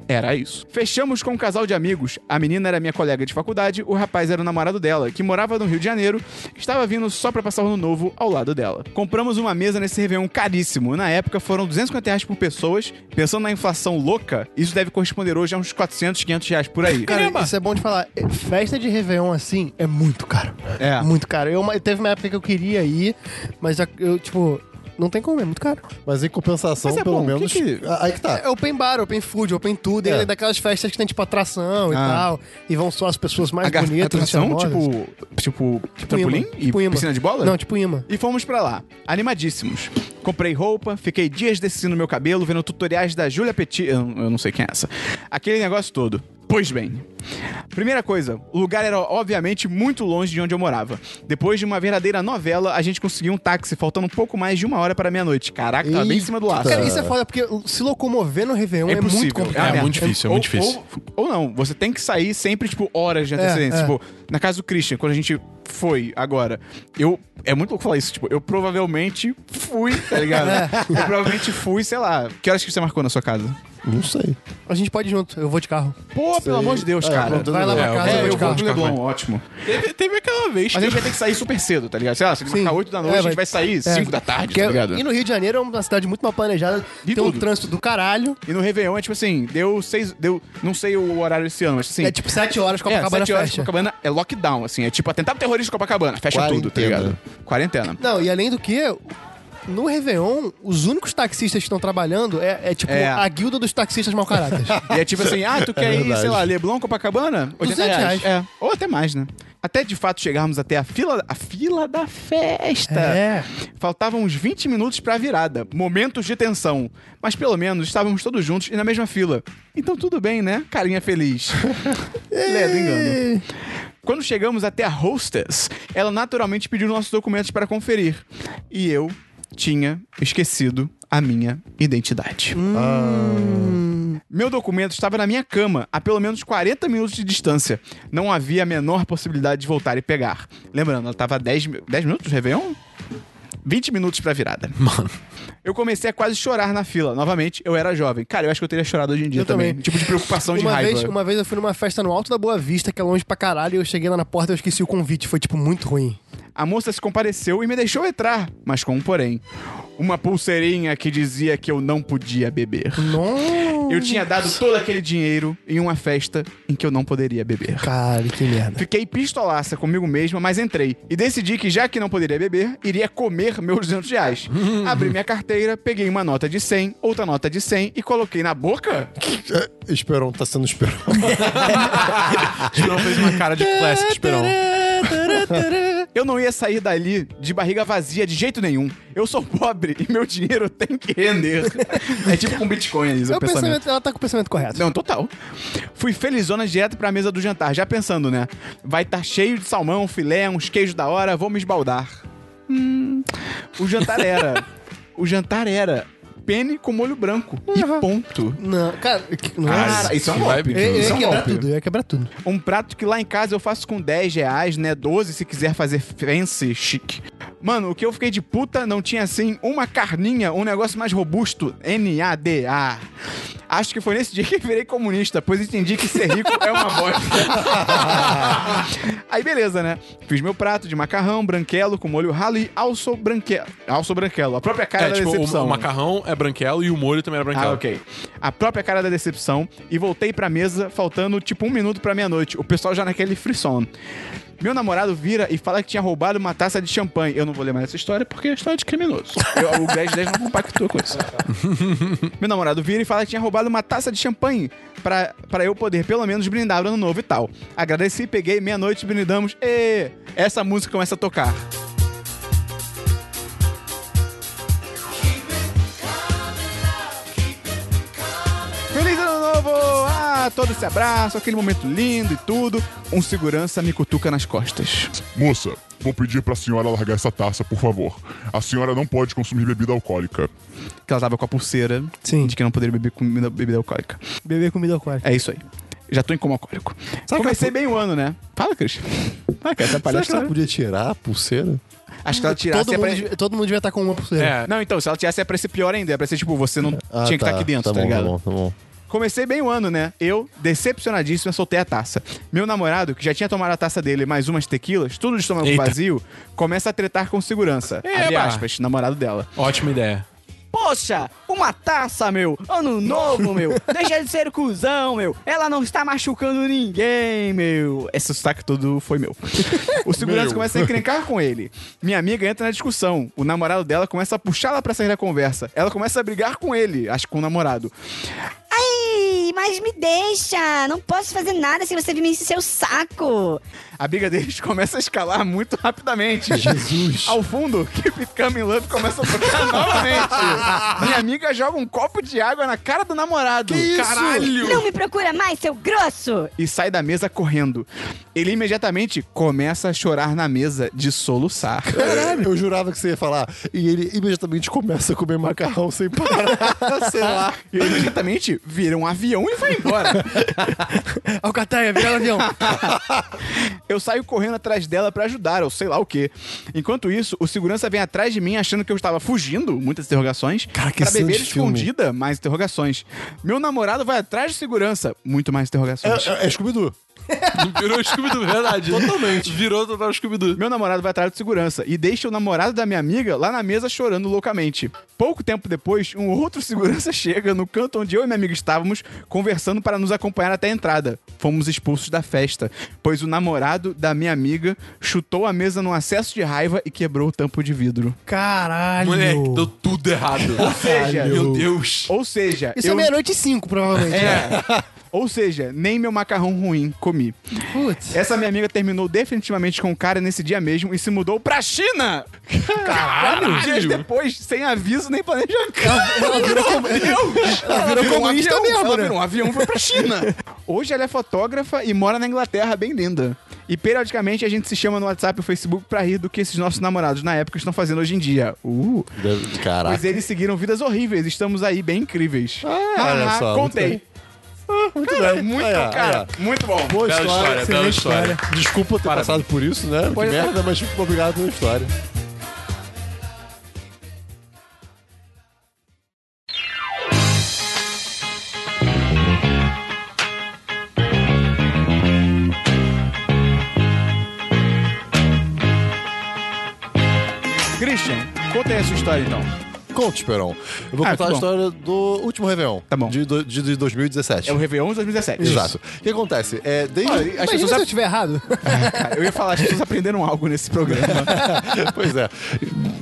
Speaker 1: Era isso. Fechamos com um casal de amigos. A menina era minha colega de faculdade, o rapaz era o namorado dela, que morava no Rio de Janeiro, estava vindo só pra passar o ano novo ao lado dela. Compramos uma mesa nesse Réveillon caríssimo. Na época foram R$ 250 reais por pessoas. Pensando na inflação louca, isso deve corresponder hoje a uns 400, 500 reais por aí.
Speaker 2: Cara, isso é bom de falar. Festa de Réveillon assim é muito caro.
Speaker 1: É.
Speaker 2: Muito caro. Eu, eu- teve uma época que eu queria ir, mas já- eu, tipo, não tem como, é muito caro.
Speaker 3: Mas em compensação,
Speaker 1: Mas é
Speaker 3: pelo
Speaker 1: bom,
Speaker 3: menos.
Speaker 1: que que-
Speaker 3: Aí que tá.
Speaker 2: É open bar, open food, open tudo.
Speaker 3: É.
Speaker 2: É. daquelas festas que tem tipo atração e
Speaker 1: Ah.
Speaker 2: tal. E vão só as pessoas mais
Speaker 1: A gar-
Speaker 2: bonitas.
Speaker 1: atração,
Speaker 2: charmosas.
Speaker 1: tipo, tipo, trampolim
Speaker 2: imã,
Speaker 1: e
Speaker 2: né, tipo imã.
Speaker 1: piscina de bola?
Speaker 2: Não, tipo imã.
Speaker 1: E fomos pra lá, animadíssimos. Comprei roupa, fiquei dias descendo meu cabelo, vendo tutoriais da Julia Petit. Eu, eu não sei quem é essa. Aquele negócio todo. Pois bem. Primeira coisa, o lugar era obviamente muito longe de onde eu morava. Depois de uma verdadeira novela, a gente conseguiu um táxi, faltando um pouco mais de uma hora para meia-noite. Caraca, tava bem em cima do laço.
Speaker 2: Cara, isso é foda, porque se locomover no
Speaker 1: Então
Speaker 2: Réveillon é, muito
Speaker 1: Tá. impossível. Ah, uma
Speaker 2: complicado.
Speaker 1: merda.
Speaker 4: muito difícil, é muito
Speaker 1: Ou-
Speaker 4: difícil.
Speaker 1: Ou, ou não, você tem que sair sempre, tipo, horas de antecedência.
Speaker 2: é.
Speaker 1: Tipo, na casa do Christian, quando a gente foi agora, eu. É muito louco falar isso, tipo, eu provavelmente fui, tá ligado? Eu provavelmente fui, sei lá. Que horas que você marcou na sua casa?
Speaker 3: Não sei.
Speaker 2: A gente pode ir junto, eu vou de carro.
Speaker 1: Pô, pelo amor de Deus,
Speaker 3: É,
Speaker 1: cara.
Speaker 3: pronto,
Speaker 2: Vai lá pra
Speaker 4: É,
Speaker 2: casa,
Speaker 4: eu
Speaker 2: eu
Speaker 1: É,
Speaker 2: vou
Speaker 1: eu
Speaker 2: de
Speaker 1: vou
Speaker 2: carro.
Speaker 1: de Leblon, ótimo.
Speaker 4: Teve, teve aquela vez
Speaker 1: Mas a
Speaker 4: que
Speaker 1: gente vai ter que sair super cedo, tá ligado? Sei lá, se
Speaker 2: Sim.
Speaker 1: marcar 8 da noite,
Speaker 2: É,
Speaker 1: a gente
Speaker 2: vai-
Speaker 1: vai sair 5 da tarde,
Speaker 2: Porque
Speaker 1: tá ligado?
Speaker 2: E no Rio de Janeiro é uma cidade muito mal planejada,
Speaker 1: De
Speaker 2: tem um
Speaker 1: tudo.
Speaker 2: trânsito do caralho.
Speaker 1: E no Réveillon é tipo assim, deu 6. Deu, não sei o horário esse ano, mas assim.
Speaker 2: É tipo 7 horas,
Speaker 1: É,
Speaker 2: Copacabana
Speaker 1: sete horas,
Speaker 2: fecha.
Speaker 1: Copacabana é lockdown, assim. É tipo atentado terrorista de Copacabana. Fecha tudo, tá
Speaker 3: Quarentena.
Speaker 1: ligado? Quarentena.
Speaker 2: Não, e além do que, no Réveillon, os únicos taxistas que estão trabalhando é, é tipo
Speaker 1: É.
Speaker 2: a guilda dos taxistas mal caráteres.
Speaker 1: E é tipo assim, ah, tu quer ir,
Speaker 3: verdade.
Speaker 1: sei lá, Leblon, Copacabana? 80
Speaker 2: 200
Speaker 1: reais.
Speaker 2: reais.
Speaker 1: É. Ou até mais, né? Até de fato chegarmos até a fila, a fila da festa.
Speaker 2: É.
Speaker 1: Faltavam uns 20 minutos pra virada. Momentos de tensão. Mas pelo menos estávamos todos juntos e na mesma fila. Então tudo bem, né? Carinha feliz. Ledo engano. Quando chegamos até a hostess, ela naturalmente pediu nossos documentos para conferir. E eu tinha esquecido a minha identidade. Meu documento estava na minha cama, a pelo menos 40 minutos de distância. Não havia a menor possibilidade de voltar e pegar. Lembrando, ela estava a 10, mi- 10 minutos, Réveillon? 20 minutos pra virada. Mano. Eu comecei a quase chorar na fila. Novamente, eu era jovem. Cara, eu acho que eu teria chorado hoje em dia
Speaker 2: Eu
Speaker 1: também.
Speaker 2: também.
Speaker 1: Tipo de preocupação de
Speaker 2: Uma
Speaker 1: raiva.
Speaker 2: vez, uma vez eu fui numa festa no Alto da Boa Vista, que é longe pra caralho, e eu cheguei lá na porta e eu esqueci o convite. Foi, tipo, muito ruim.
Speaker 1: A moça se compareceu e me deixou entrar, mas com um porém. Uma pulseirinha que dizia que eu não podia beber.
Speaker 2: Não.
Speaker 1: Eu tinha dado todo aquele dinheiro em uma festa em que eu não poderia beber.
Speaker 2: Cara, que merda.
Speaker 1: Fiquei pistolaça comigo mesma, mas entrei. E decidi que, já que não poderia beber, iria comer meus 200 reais. Abri minha carteira, peguei uma nota de 100, outra nota de 100 e coloquei na boca.
Speaker 3: É, Esperon tá sendo Esperon.
Speaker 4: Esperon fez uma cara de classic Esperon.
Speaker 1: Eu não ia sair dali de barriga vazia de jeito nenhum. Eu sou pobre e meu dinheiro tem que render. é tipo com Bitcoin, Elisa,
Speaker 2: É
Speaker 1: o
Speaker 2: o
Speaker 1: pensamento.
Speaker 2: pensamento, ela tá com o pensamento correto.
Speaker 1: Não, total. Fui felizona direto pra mesa do jantar, já pensando, né? Vai estar cheio de salmão, filé, uns queijos da hora, vou me esbaldar. Hum, o jantar era. o jantar era pene com molho branco. E ponto.
Speaker 2: Não, cara, que- nossa.
Speaker 1: Cara, isso é um
Speaker 4: Vai,
Speaker 1: golpe.
Speaker 2: Eu, eu
Speaker 1: Isso é
Speaker 2: ia
Speaker 1: um
Speaker 2: quebrar
Speaker 1: golpe.
Speaker 2: tudo, eu ia quebrar tudo.
Speaker 1: Um prato que lá em casa eu faço com 10 reais, né? 12 se quiser fazer fancy chique. Mano, o que eu fiquei de puta não tinha assim uma carninha, um negócio mais robusto. N-A-D-A. Acho que foi nesse dia que eu virei comunista, pois entendi que ser rico é uma bosta. Aí beleza, né? Fiz meu prato de macarrão, branquelo, com molho ralo e alço branquelo. Alço branquelo, a própria cara
Speaker 4: É,
Speaker 1: da
Speaker 4: tipo, o,
Speaker 1: decepção.
Speaker 4: o macarrão é branquelo e o molho também era branquelo.
Speaker 1: Ah, ok. A própria cara da decepção e voltei pra mesa faltando tipo um minuto pra meia-noite. O pessoal já naquele frisson. Meu namorado vira e fala que tinha roubado uma taça de champanhe. Eu não vou ler mais essa história porque é história de criminoso. Eu- o 1010 não compactua com isso. Meu namorado vira e fala que tinha roubado uma taça de champanhe pra, pra eu poder pelo menos brindar o ano novo e tal. Agradeci, peguei, meia-noite, brindamos. E essa música começa a tocar. Feliz ano novo! Ah, todos se abraçam, aquele momento lindo e tudo. Um segurança me cutuca nas costas.
Speaker 6: Moça, vou pedir pra senhora largar essa taça, por favor. A senhora não pode consumir bebida alcoólica.
Speaker 1: Que ela tava com a pulseira
Speaker 2: Sim.
Speaker 1: de que não poderia beber comida, bebida alcoólica.
Speaker 2: Beber comida alcoólica.
Speaker 1: É isso aí. Já tô em coma alcoólico.
Speaker 3: Sabe
Speaker 1: Comecei bem o ano, né? Fala, Cris. Vai, cara, essa
Speaker 3: Será que
Speaker 1: palestra.
Speaker 3: ela podia tirar a pulseira?
Speaker 1: Acho que ela tirasse.
Speaker 2: Todo,
Speaker 1: ia
Speaker 2: mundo,
Speaker 1: é pra-
Speaker 2: devia- todo mundo devia estar com uma pulseira.
Speaker 4: É,
Speaker 1: Não, então, se ela tirasse, ia parecer pior ainda. Ia parecer, tipo, você não
Speaker 3: Ah,
Speaker 1: tinha que estar aqui dentro, tá,
Speaker 3: bom,
Speaker 1: ligado?
Speaker 3: Tá bom, tá bom.
Speaker 1: Comecei bem o ano, né? Eu, decepcionadíssima, soltei a taça. Meu namorado, que já tinha tomado a taça dele mais umas tequilas, tudo de estômago
Speaker 4: Eita.
Speaker 1: vazio, começa a tretar com segurança.
Speaker 4: Eba!
Speaker 1: Abre aspas, namorado dela.
Speaker 4: ótima ideia.
Speaker 1: Poxa, uma taça, meu! Ano novo, meu! Deixa de ser cuzão, meu! Ela não está machucando ninguém, meu! Esse sotaque todo foi meu. O segurança começa a encrencar com ele. Minha amiga entra na discussão. O namorado dela começa a puxá-la pra sair da conversa. Ela começa a brigar com ele, acho que com o namorado.
Speaker 7: Ai, mas me deixa! Não posso fazer nada sem você vir me encher seu saco!
Speaker 1: A briga deles começa a escalar muito rapidamente. Jesus! Ao fundo, Keep It Coming Love começa a tocar novamente. Minha amiga joga um copo de água na cara do namorado.
Speaker 4: Caralho!
Speaker 7: Não me procura mais, seu grosso!
Speaker 1: E sai da mesa correndo. Ele imediatamente começa a chorar na mesa de soluçar.
Speaker 3: Eu jurava que você ia falar. E ele imediatamente começa a comer macarrão sem parar. Sei lá.
Speaker 1: E ele imediatamente vira um avião e vai embora.
Speaker 2: Alcateia, vira o avião.
Speaker 1: Eu saio correndo atrás dela pra ajudar, ou sei lá o quê. Enquanto isso, o segurança vem atrás de mim achando que eu estava fugindo, muitas interrogações.
Speaker 3: Cara, que
Speaker 1: pra
Speaker 3: cena
Speaker 1: beber
Speaker 3: de filme.
Speaker 1: escondida, mais interrogações. Meu namorado vai atrás do segurança, muito mais interrogações.
Speaker 3: É, é, é Scooby-Doo.
Speaker 4: Virou Scooby-Doo, verdade. Totalmente. Virou total Scooby-Doo.
Speaker 1: Meu namorado vai atrás do segurança e deixa o namorado da minha amiga lá na mesa chorando loucamente. Pouco tempo depois, um outro segurança chega no canto onde eu e minha amiga estávamos conversando para nos acompanhar até a entrada. Fomos expulsos da festa, pois o namorado da minha amiga chutou a mesa num acesso de raiva e quebrou o tampo de vidro.
Speaker 2: Caralho.
Speaker 4: Moleque, deu tudo errado. Ou
Speaker 1: seja,
Speaker 4: meu Deus.
Speaker 1: Ou seja,
Speaker 2: Isso é
Speaker 1: eu,
Speaker 2: meia-noite e cinco, provavelmente. É.
Speaker 1: ou seja, nem meu macarrão ruim comi.
Speaker 2: Putz.
Speaker 1: Essa minha amiga terminou definitivamente com o cara nesse dia mesmo e se mudou pra China!
Speaker 4: Caralho!
Speaker 1: Dias depois, sem aviso nem planejamento.
Speaker 2: Ela virou, como... ela virou comunista
Speaker 1: avião,
Speaker 2: mesmo,
Speaker 1: ela
Speaker 2: né?
Speaker 1: virou um avião e foi pra China. Hoje ela é fotógrafa e mora na Inglaterra, bem linda. E periodicamente a gente se chama no WhatsApp e Facebook pra rir do que esses nossos namorados na época estão fazendo hoje em dia. Uh.
Speaker 3: Caraca. É,
Speaker 1: Pois eles seguiram vidas horríveis, estamos aí bem incríveis. Ah,
Speaker 3: olha só, muito
Speaker 1: contei.
Speaker 3: bem. Muito bem.
Speaker 1: Muito,
Speaker 3: Aí, ó,
Speaker 1: cara,
Speaker 3: aí, ó.
Speaker 1: muito bom.
Speaker 3: Boa
Speaker 4: Bela
Speaker 3: história,
Speaker 4: história, bela
Speaker 3: excelente
Speaker 4: história.
Speaker 3: Desculpa ter passado por isso, né? Que merda, mas tipo, obrigado pela história.
Speaker 1: Christian, conta aí a sua história então.
Speaker 3: Conte, Esperão. Eu vou
Speaker 1: Ah,
Speaker 3: contar
Speaker 1: tá
Speaker 3: a
Speaker 1: bom.
Speaker 3: história do último Réveillon.
Speaker 1: Tá bom.
Speaker 3: De, do- de, de 2017.
Speaker 1: É o Réveillon de 2017.
Speaker 3: Exato. O que acontece? É, desde...
Speaker 1: As
Speaker 2: Imagina
Speaker 1: pessoas,
Speaker 2: se eu estiver errado.
Speaker 1: cara, eu ia falar, as pessoas aprenderam algo nesse programa.
Speaker 3: pois é.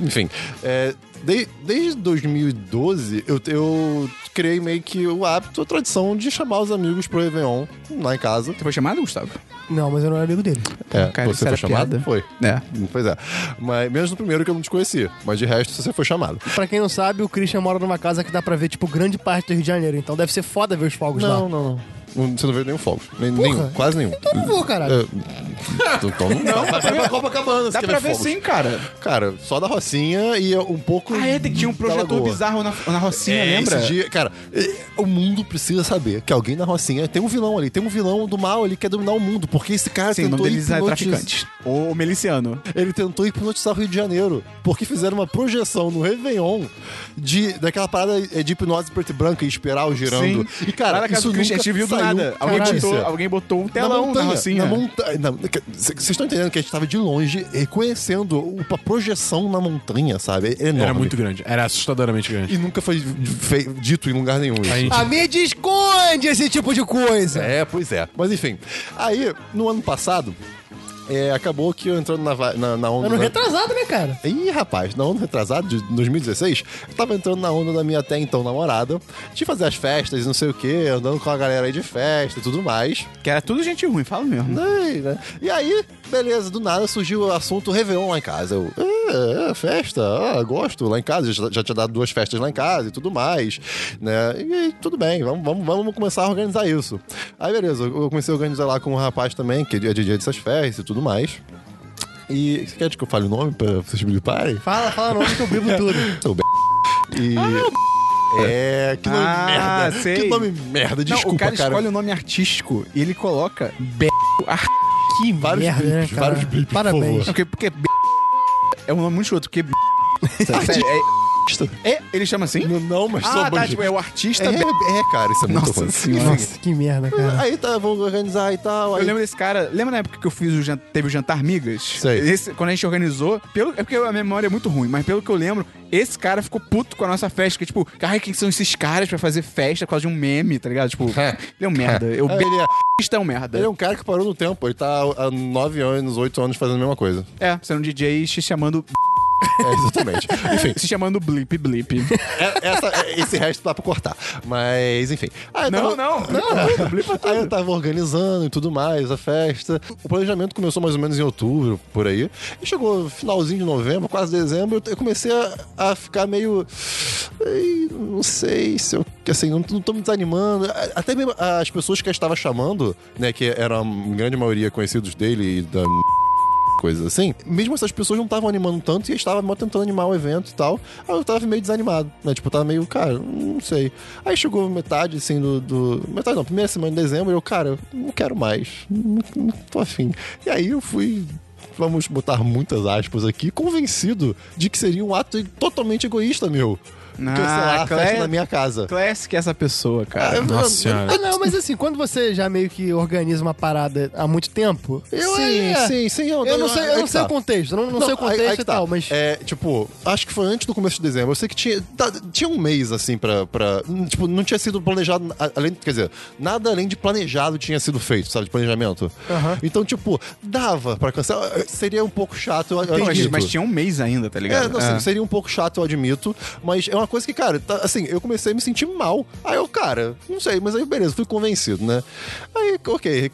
Speaker 3: Enfim, é, de- desde 2012 eu, eu criei meio que o hábito, a tradição de chamar os amigos pro Réveillon lá em casa.
Speaker 1: Você foi chamado, Gustavo?
Speaker 2: Não, mas eu não era amigo dele.
Speaker 3: É,
Speaker 1: um Cara, isso
Speaker 3: você foi
Speaker 1: era
Speaker 3: chamado?
Speaker 1: piada.
Speaker 3: Foi.
Speaker 1: É.
Speaker 3: Pois é. Mas, menos no primeiro que eu não te conhecia. Mas de resto você foi chamado.
Speaker 2: Pra quem não sabe, o Christian mora numa casa que dá pra ver, tipo, grande parte do Rio de Janeiro. Então deve ser foda ver os fogos lá.
Speaker 3: não, não. Você não viu nenhum fogo. Nem- nenhum, quase nenhum.
Speaker 2: Então eu não vou, caralho.
Speaker 3: É, então não, dá. Vai pra Copacabana,
Speaker 1: Dá
Speaker 3: você quer
Speaker 1: pra ver
Speaker 3: fogos.
Speaker 1: sim, cara.
Speaker 3: Cara, só da Rocinha e um pouco.
Speaker 1: Ah, é, tem- tinha um
Speaker 3: da
Speaker 1: projetor
Speaker 3: Lagoa.
Speaker 1: bizarro na, na Rocinha,
Speaker 3: É,
Speaker 1: lembra?
Speaker 3: esse dia- cara, é, o mundo precisa saber que alguém na Rocinha tem um vilão ali, tem um vilão do mal, ele quer dominar o mundo, porque esse cara
Speaker 1: Sim, o nome
Speaker 3: tentou
Speaker 1: deles é
Speaker 3: hipnotiz-
Speaker 1: traficante. Ou miliciano.
Speaker 3: Ele tentou hipnotizar o Rio de Janeiro, porque fizeram uma projeção no Réveillon de, daquela parada é, de hipnose preto e branca e espiral girando. E, cara,
Speaker 1: lá na casa
Speaker 3: isso
Speaker 1: do Christian, a
Speaker 3: nunca
Speaker 1: gente viu do
Speaker 3: saiu.
Speaker 1: nada. Alguém
Speaker 3: Caralho.
Speaker 1: botou, alguém botou um telão na, Rocinha.
Speaker 3: na monta- na- que- c- Vocês estão entendendo que a gente tava de longe reconhecendo o- a projeção na montanha, sabe? É enorme.
Speaker 4: Era muito grande. Era assustadoramente grande.
Speaker 3: E nunca foi fe- dito em lugar nenhum isso.
Speaker 4: A gente-
Speaker 2: A mídia esconde esse tipo de coisa.
Speaker 3: É, pois é. Mas enfim. Aí, no ano passado, é, acabou que eu entrando na, va- na, na onda.
Speaker 2: Ano
Speaker 3: da-
Speaker 2: retrasado, né, cara?
Speaker 3: Ih, rapaz, na onda retrasada de 2016, eu tava entrando na onda da minha até então namorada, de fazer as festas e não sei o quê, andando com a galera aí de festa e tudo mais.
Speaker 1: Que era tudo gente ruim, fala mesmo.
Speaker 3: Ai, né? E aí, beleza, do nada surgiu o assunto Réveillon lá em casa. Eu, é, é, festa, ah, gosto lá em casa, já, já tinha dado duas festas lá em casa e tudo mais, né? E aí, tudo bem, vamos, vamos, vamos começar a organizar isso. Aí, beleza, eu eu comecei a organizar lá com um rapaz também, que é DJ dessas festas e tudo mais. E você quer que eu fale o nome pra vocês me liparem?
Speaker 2: Fala, fala nome que eu bebo tudo. Ah,
Speaker 3: Sou o B. E. É, que nome
Speaker 1: Ah,
Speaker 3: merda.
Speaker 1: sei.
Speaker 3: Que nome merda, desculpa,
Speaker 1: Não, o cara,
Speaker 3: cara.
Speaker 1: escolhe um nome artístico e ele coloca B.
Speaker 2: Que
Speaker 3: Vários
Speaker 2: merda, né,
Speaker 3: blips,
Speaker 2: cara?
Speaker 3: vários blips, por
Speaker 2: Parabéns.
Speaker 1: Porque, porque B é um nome muito escroto, porque B.
Speaker 2: é
Speaker 1: Sério, é- é- ele chama assim?
Speaker 3: Não, não, mas sou
Speaker 1: ah, tá,
Speaker 3: bandido.
Speaker 1: tipo, é o artista B.
Speaker 3: É, é, cara, isso é muito
Speaker 1: Nossa
Speaker 3: ruim.
Speaker 1: senhora.
Speaker 3: Enfim,
Speaker 2: Nossa, que merda, cara.
Speaker 3: Aí tá, vamos organizar e tal.
Speaker 1: Eu
Speaker 3: Aí...
Speaker 1: lembro desse cara. Lembra na época que eu fiz o jan- teve o jantar migas?
Speaker 3: Sei.
Speaker 1: Esse- quando a gente organizou, pelo, é porque a memória é muito ruim, mas pelo que eu lembro, esse cara ficou puto com a nossa festa. Que, tipo, ai, quem são esses caras pra fazer festa por causa de um meme, tá ligado? Tipo, ele é um merda. Eu
Speaker 3: É, ele, é,
Speaker 1: é um merda.
Speaker 3: ele é um cara que parou no tempo. Ele tá há 9 anos, 8 anos fazendo a mesma coisa.
Speaker 1: É, sendo DJ e um se chamando
Speaker 3: É, exatamente. Enfim,
Speaker 1: Se chamando Blip Blip.
Speaker 3: é- essa- esse resto dá pra cortar. Mas, enfim. Ah, eu
Speaker 1: Não, não, blipa é tudo, blipa
Speaker 3: Aí eu tava organizando e tudo mais, a festa. O planejamento começou mais ou menos em outubro, por aí. E chegou finalzinho de novembro, quase dezembro, eu comecei a, a ficar meio. "Ei, Não sei se eu. Assim, não, não tô me desanimando. A- Até mesmo as pessoas que eu estava chamando, né, que eram a grande maioria conhecidos dele e da coisas assim. Mesmo essas pessoas não estavam animando tanto e eu estava mó tentando animar o evento e tal. Aí eu tava meio desanimado, né? Tipo, eu tava meio, cara, não sei. Aí chegou metade, assim, do. do- Metade não, primeira semana de dezembro, eu, cara, eu não quero mais. Não, não tô afim. E aí eu fui. Vamos botar muitas aspas aqui, convencido de que seria um ato totalmente egoísta meu. cancelar a festa
Speaker 1: Clé-
Speaker 3: na minha casa.
Speaker 1: Classic é essa pessoa, cara.
Speaker 4: Ah, Nossa senhora.
Speaker 2: Ah, não, mas assim, quando você já meio que organiza uma parada há muito tempo, eu é-
Speaker 3: sim, sim.
Speaker 2: Eu não sei, eu
Speaker 3: aí
Speaker 2: não
Speaker 3: que
Speaker 2: sei
Speaker 3: tá.
Speaker 2: o contexto, eu não, não sei o
Speaker 3: aí- aí
Speaker 2: contexto
Speaker 3: que
Speaker 2: e
Speaker 3: tá.
Speaker 2: tal, mas.
Speaker 3: É, tipo, acho que foi antes do começo de dezembro. Eu sei que tinha, tá, tinha um mês, assim, pra, pra. hum, Tipo, não tinha sido planejado. a- Além, quer dizer, nada além de planejado tinha sido feito, sabe? De planejamento. Então, tipo, dava pra cancelar. Seria um pouco chato, eu, eu
Speaker 1: Não, mas,
Speaker 3: admito.
Speaker 1: mas tinha um mês ainda, tá ligado?
Speaker 3: É, não, assim, seria um pouco chato, eu admito. Mas é uma coisa que, cara, tá- assim, eu comecei a me sentir mal. Aí eu, cara, não sei, mas aí beleza, fui convencido, né? Aí, ok,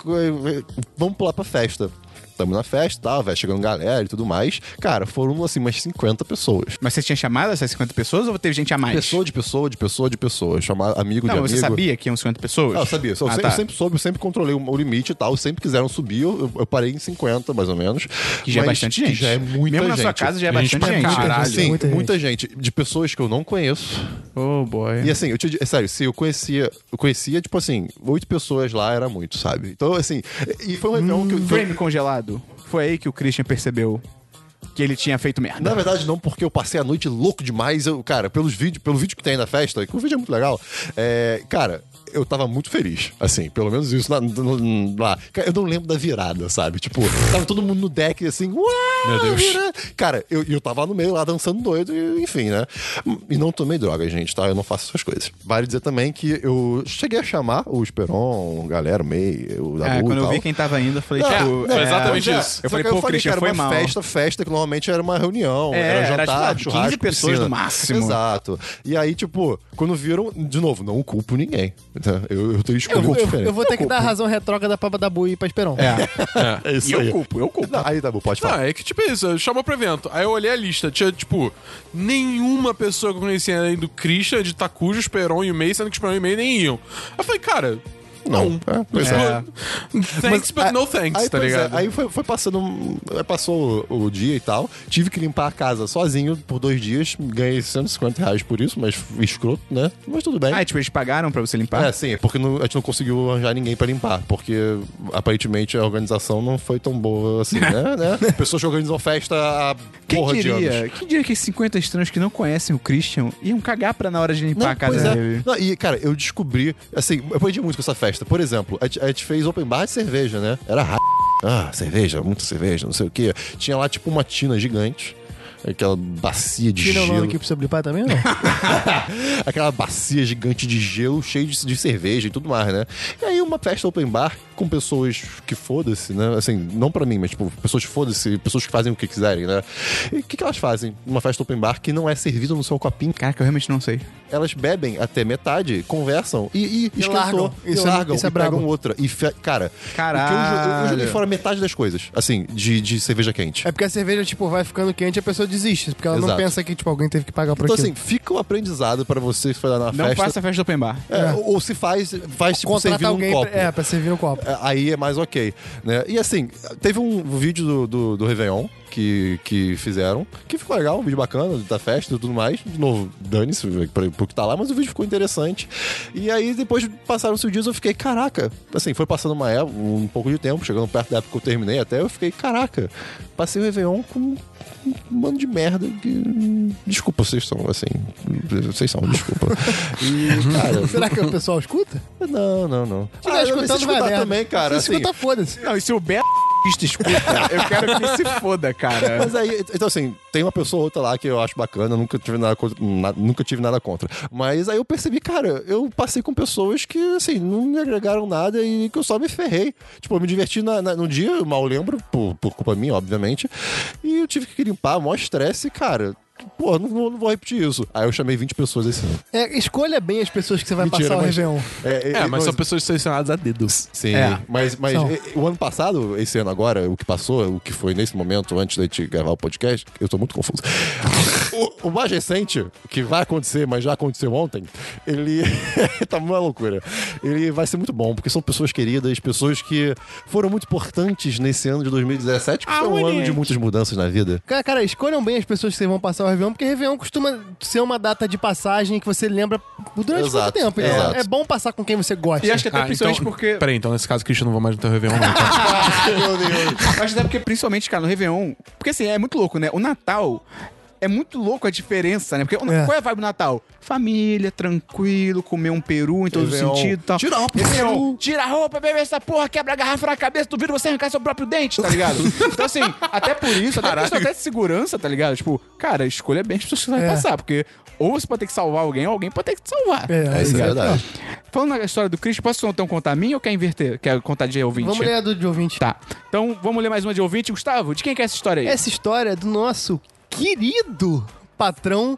Speaker 3: vamos pular pra festa. Tamo na festa, tá, vai chegando galera e tudo mais. Cara, foram, assim, umas 50 pessoas.
Speaker 1: Mas você tinha chamado essas 50 pessoas ou teve gente a mais?
Speaker 3: Pessoa de pessoa, de pessoa, de pessoa. Chamar amigo
Speaker 1: não,
Speaker 3: de
Speaker 1: mas você
Speaker 3: amigo.
Speaker 1: sabia que iam 50 pessoas?
Speaker 3: Ah, eu sabia. Eu
Speaker 1: Ah,
Speaker 3: sempre,
Speaker 1: tá.
Speaker 3: sempre soube, sempre controlei o, o limite e tal. Sempre quiseram subir, eu, eu parei em 50, mais ou menos.
Speaker 1: Que já é
Speaker 3: Mas
Speaker 1: bastante gente.
Speaker 3: Que já é muita
Speaker 1: Mesmo na
Speaker 3: gente. Assim,
Speaker 1: sua casa já é bastante
Speaker 4: Gente pra
Speaker 1: gente. né?
Speaker 4: caralho.
Speaker 3: Sim,
Speaker 2: muita
Speaker 3: muita,
Speaker 2: gente.
Speaker 3: gente. De pessoas que eu não conheço.
Speaker 1: Oh, boy.
Speaker 3: E assim, eu te digo, é sério, se eu conhecia, eu conhecia, tipo assim, oito pessoas lá era muito, sabe? Então, assim, e foi um Réveillon que eu. que eu-
Speaker 1: Frame congelado. Foi aí que o Christian percebeu que ele tinha feito merda.
Speaker 3: Na verdade, não, porque eu passei a noite louco demais. Eu, cara, pelos vídeos, pelo vídeo que tem na festa, que o vídeo é muito legal. é, cara, eu tava muito feliz. Assim, pelo menos isso lá, lá. Cara, Eu não lembro da virada, sabe? Tipo, tava todo mundo no deck assim, uau!
Speaker 4: Meu Deus.
Speaker 3: virada." Cara, eu, eu tava no meio lá dançando doido, e, enfim, né? E não tomei droga, gente, tá? Eu não faço essas coisas. Vale dizer também que eu cheguei a chamar o Esperon, o galera, o May, o Dabu
Speaker 1: É,
Speaker 3: e
Speaker 1: quando eu
Speaker 3: tal.
Speaker 1: vi quem tava indo, eu falei,
Speaker 3: Não,
Speaker 1: tipo,
Speaker 3: não,
Speaker 1: é,
Speaker 4: exatamente
Speaker 1: eu
Speaker 4: isso.
Speaker 1: Eu
Speaker 3: Só
Speaker 1: falei,
Speaker 3: que eu
Speaker 1: pô,
Speaker 3: falei que
Speaker 1: Christian,
Speaker 3: era
Speaker 1: foi
Speaker 3: uma
Speaker 1: mal.
Speaker 3: festa, festa, que normalmente era uma reunião,
Speaker 1: É,
Speaker 3: era
Speaker 1: era,
Speaker 3: jantar,
Speaker 1: sei lá, 15
Speaker 3: churrasco,
Speaker 1: 15 pessoas
Speaker 3: piscina.
Speaker 1: no máximo.
Speaker 3: Exato. E aí, tipo, quando viram, de novo, não culpo ninguém. tá? Eu, eu tenho
Speaker 2: eu,
Speaker 3: escolhido
Speaker 2: vou- eu-
Speaker 3: diferente.
Speaker 2: eu vou ter que dar razão retrógrada pra da Bui e pra um. Esperon.
Speaker 3: É isso
Speaker 1: E eu
Speaker 3: aí.
Speaker 1: culpo, eu culpo.
Speaker 3: Não, aí, Dabu, pode
Speaker 4: Não,
Speaker 3: falar.
Speaker 4: é que tipo isso, chamou pro evento. Aí eu olhei a lista, tinha tipo, nenhuma pessoa que eu conhecia além do Christian, de Takujo, Esperon e o May, sendo que Esperon e o May nem iam. Eu falei, cara, não. Tipo,
Speaker 3: É, pois
Speaker 1: é.
Speaker 4: Thanks, but
Speaker 3: a-
Speaker 4: no thanks,
Speaker 3: aí,
Speaker 4: tá
Speaker 3: pois é,
Speaker 4: ligado?
Speaker 3: aí foi, foi passando. um- aí Passou o, o dia e tal. Tive que limpar a casa sozinho por dois dias. Ganhei 150 reais por isso, mas escroto, né? Mas tudo bem.
Speaker 1: Ah, tipo, eles pagaram pra você limpar?
Speaker 3: É, sim, é porque não- a gente não conseguiu arranjar ninguém pra limpar, porque aparentemente a organização não foi tão boa assim, né? né? Pessoas que organizam festa há
Speaker 1: Quem
Speaker 3: porra de
Speaker 1: diria,
Speaker 3: anos.
Speaker 1: quem diria que esses 50 estranhos que não conhecem o Christian iam cagar pra na hora de limpar
Speaker 3: Não,
Speaker 1: a casa
Speaker 3: pois é.
Speaker 1: dele?
Speaker 3: Não, e, cara, eu descobri, assim, eu aprendi muito com essa festa. Por exemplo, a gente, a gente fez open bar de cerveja, né? Era ra... Ah, cerveja, muita cerveja, não sei o quê. Tinha lá, tipo, uma tina gigante. Aquela bacia de
Speaker 2: Tira é o
Speaker 3: gelo.
Speaker 2: nome aqui pra você blipar também, não?
Speaker 3: aquela bacia gigante de gelo cheio de, de cerveja e tudo mais, né? E aí uma festa open bar com pessoas que foda-se, né? Assim, não pra mim, mas tipo, pessoas que foda-se, pessoas que fazem o que quiserem, né? E o que, que elas fazem numa festa open bar que não é servida no seu copinho?
Speaker 1: Caraca, eu realmente não sei.
Speaker 3: Elas bebem até metade, conversam e, e, esquentou,
Speaker 2: largam.
Speaker 3: E
Speaker 2: Isso é-
Speaker 3: largam,
Speaker 2: isso é
Speaker 3: e pegam
Speaker 2: brabo.
Speaker 3: outra. E, fe- cara,
Speaker 1: Caralho.
Speaker 3: o que eu, jo- eu joguei fora metade das coisas, assim, de, de cerveja quente.
Speaker 2: É porque a cerveja, tipo, vai ficando quente e a pessoa desiste. Porque ela não
Speaker 3: Exato.
Speaker 2: pensa que, tipo, alguém teve que pagar por
Speaker 3: Então,
Speaker 2: aquilo.
Speaker 3: assim, fica o aprendizado pra você que foi lá na
Speaker 1: Não
Speaker 3: festa.
Speaker 1: faça festa open bar.
Speaker 3: É, Ou ou se faz, faz tipo,
Speaker 2: Contrata
Speaker 3: servindo
Speaker 2: alguém
Speaker 3: um copo.
Speaker 2: pra, é, pra servir no copo.
Speaker 3: É, aí é mais ok, né? E assim, teve um vídeo do, do, do Réveillon que, que fizeram, que ficou legal, um vídeo bacana da festa e tudo mais. De novo, dane-se pra- pro que tá lá, mas o vídeo ficou interessante. E aí, depois passaram-se os dias, eu fiquei, caraca, assim, foi passando uma época, um pouco de tempo, chegando perto da época que eu terminei até, eu fiquei, caraca, passei o Réveillon com um bando de merda que... Desculpa, vocês são, assim, vocês são, desculpa. E, cara...
Speaker 2: Será que o pessoal escuta?
Speaker 3: Não, não, não.
Speaker 2: Se tiver
Speaker 3: Ah, eu- se
Speaker 2: tá escutando, vai né? a merda.
Speaker 3: também, cara.
Speaker 2: Se
Speaker 3: assim,
Speaker 2: escuta, foda-se.
Speaker 1: Não, e se o Beto
Speaker 3: te escuta.
Speaker 1: Eu quero que se foda, cara.
Speaker 3: Mas aí, então assim, tem uma pessoa ou outra lá que eu acho bacana, nunca tive nada contra, na- nunca tive nada contra. Mas aí eu percebi, cara, eu passei com pessoas que, assim, não me agregaram nada e que eu só me ferrei. Tipo, eu me diverti na, na- no dia, eu mal lembro, por, por culpa minha, obviamente. E eu tive que limpar, maior estresse, e, cara. Pô, não, vou- não vou repetir isso. Aí eu chamei 20 pessoas esse ano.
Speaker 2: É, escolha bem as pessoas que você vai
Speaker 3: Mentira,
Speaker 2: passar o
Speaker 3: mas-
Speaker 2: Réveillon.
Speaker 3: É,
Speaker 4: É, mas
Speaker 3: não,
Speaker 4: são pessoas selecionadas a dedo.
Speaker 3: Sim,
Speaker 1: É.
Speaker 3: mas, mas
Speaker 2: São.
Speaker 3: e- o ano passado, esse ano agora, o que passou, o que foi nesse momento, antes da gente gravar o podcast, eu tô muito confuso. o, o mais recente, que vai acontecer, mas já aconteceu ontem, ele tá uma loucura. Ele vai ser muito bom, porque são pessoas queridas, pessoas que foram muito importantes nesse ano de 2017, que foi um ano de muitas mudanças na vida.
Speaker 2: Cara, cara, escolham bem as pessoas que vocês vão passar o Réveillon, porque Réveillon costuma ser uma data de passagem que você lembra durante
Speaker 3: Exato,
Speaker 2: muito tempo. Então
Speaker 3: exato.
Speaker 2: é bom passar com quem você gosta.
Speaker 1: E acho que até
Speaker 4: Ah, então,
Speaker 1: principalmente porque.
Speaker 4: Peraí, então nesse caso, Christian, não vou mais no teu Réveillon, não. tá?
Speaker 3: Meu Deus.
Speaker 1: Acho até porque, principalmente, cara, no Réveillon. Porque assim, é muito louco, né? O Natal. É muito louco a diferença, né? Porque o-
Speaker 2: É.
Speaker 1: qual é a vibe do Natal? Família, tranquilo, comer um peru em todo
Speaker 3: Réveillon.
Speaker 1: sentido e tal.
Speaker 3: Tira a roupa,
Speaker 1: Réveillon,
Speaker 3: peru.
Speaker 1: tira a roupa, bebe essa porra, quebra a garrafa na cabeça, duvido você arrancar seu próprio dente, tá ligado? então, assim, até por isso, até por isso, até de segurança, tá ligado? Tipo, cara, escolha bem as pessoas que você vai
Speaker 2: É.
Speaker 1: passar, porque ou você pode ter que salvar alguém, ou alguém pode ter que te salvar.
Speaker 2: É,
Speaker 3: É, isso é verdade.
Speaker 1: Falando na história do Chris, posso então contar a minha ou quer inverter? Quer contar de ouvinte?
Speaker 2: Vamos ler a do de ouvinte.
Speaker 1: Tá. Então vamos ler mais uma de ouvinte. Gustavo, de quem que é essa história aí?
Speaker 2: Essa história é do nosso querido patrão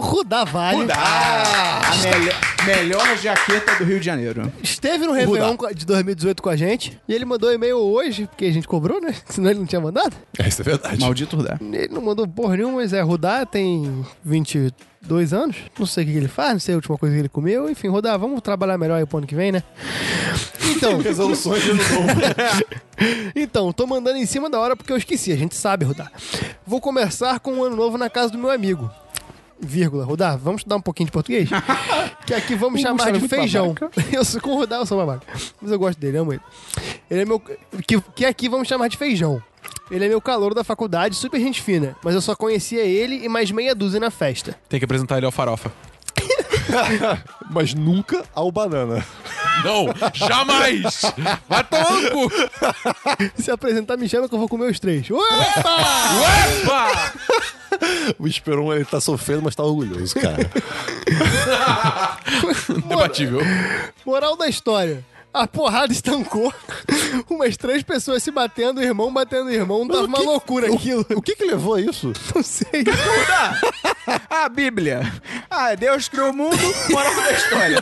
Speaker 2: Rudavalha.
Speaker 1: Ah, a mele- melhor jaqueta do Rio de Janeiro.
Speaker 2: Esteve no Réveillon de 2018 com a gente e ele mandou e-mail hoje, porque a gente cobrou, né? Senão ele não tinha mandado.
Speaker 3: É, isso é verdade.
Speaker 1: Maldito Rudá.
Speaker 2: Ele não mandou porra nenhuma, mas é Rudá, tem 22 anos. Não sei o que que ele faz, não sei a última coisa que ele comeu. Enfim, Rudá, vamos trabalhar melhor aí pro ano que vem, né? Então.
Speaker 3: Resoluções de ano novo.
Speaker 2: Então, tô mandando em cima da hora porque eu esqueci, a gente sabe, Rudá. Vou começar com o ano novo na casa do meu amigo. Vírgula, Rudá, vamos estudar um pouquinho de português? que aqui vamos chamar
Speaker 1: Gustavo é
Speaker 2: de
Speaker 1: muito
Speaker 2: feijão. Eu sou com o Rudá, eu sou babaca. Mas eu gosto dele, amo ele. Ele é meu. Que, que aqui vamos chamar de feijão. Ele é meu calor da faculdade, super gente fina. Mas eu só conhecia ele e mais meia dúzia na festa.
Speaker 4: Tem que apresentar ele ao farofa.
Speaker 3: Mas nunca ao banana.
Speaker 4: Não, jamais! Vai tomar no cu!
Speaker 2: Se apresentar, me chama que eu vou comer os três. Ué!
Speaker 4: Uepa!
Speaker 3: O Esperon, ele tá sofrendo, mas tá orgulhoso, cara.
Speaker 4: Debatível.
Speaker 2: Moral da história. A porrada estancou. Umas três pessoas se batendo, irmão batendo irmão. Tava uma loucura aquilo.
Speaker 3: O que que levou a isso?
Speaker 2: Não sei.
Speaker 1: A Bíblia. Ah, Deus criou o mundo, moral da história.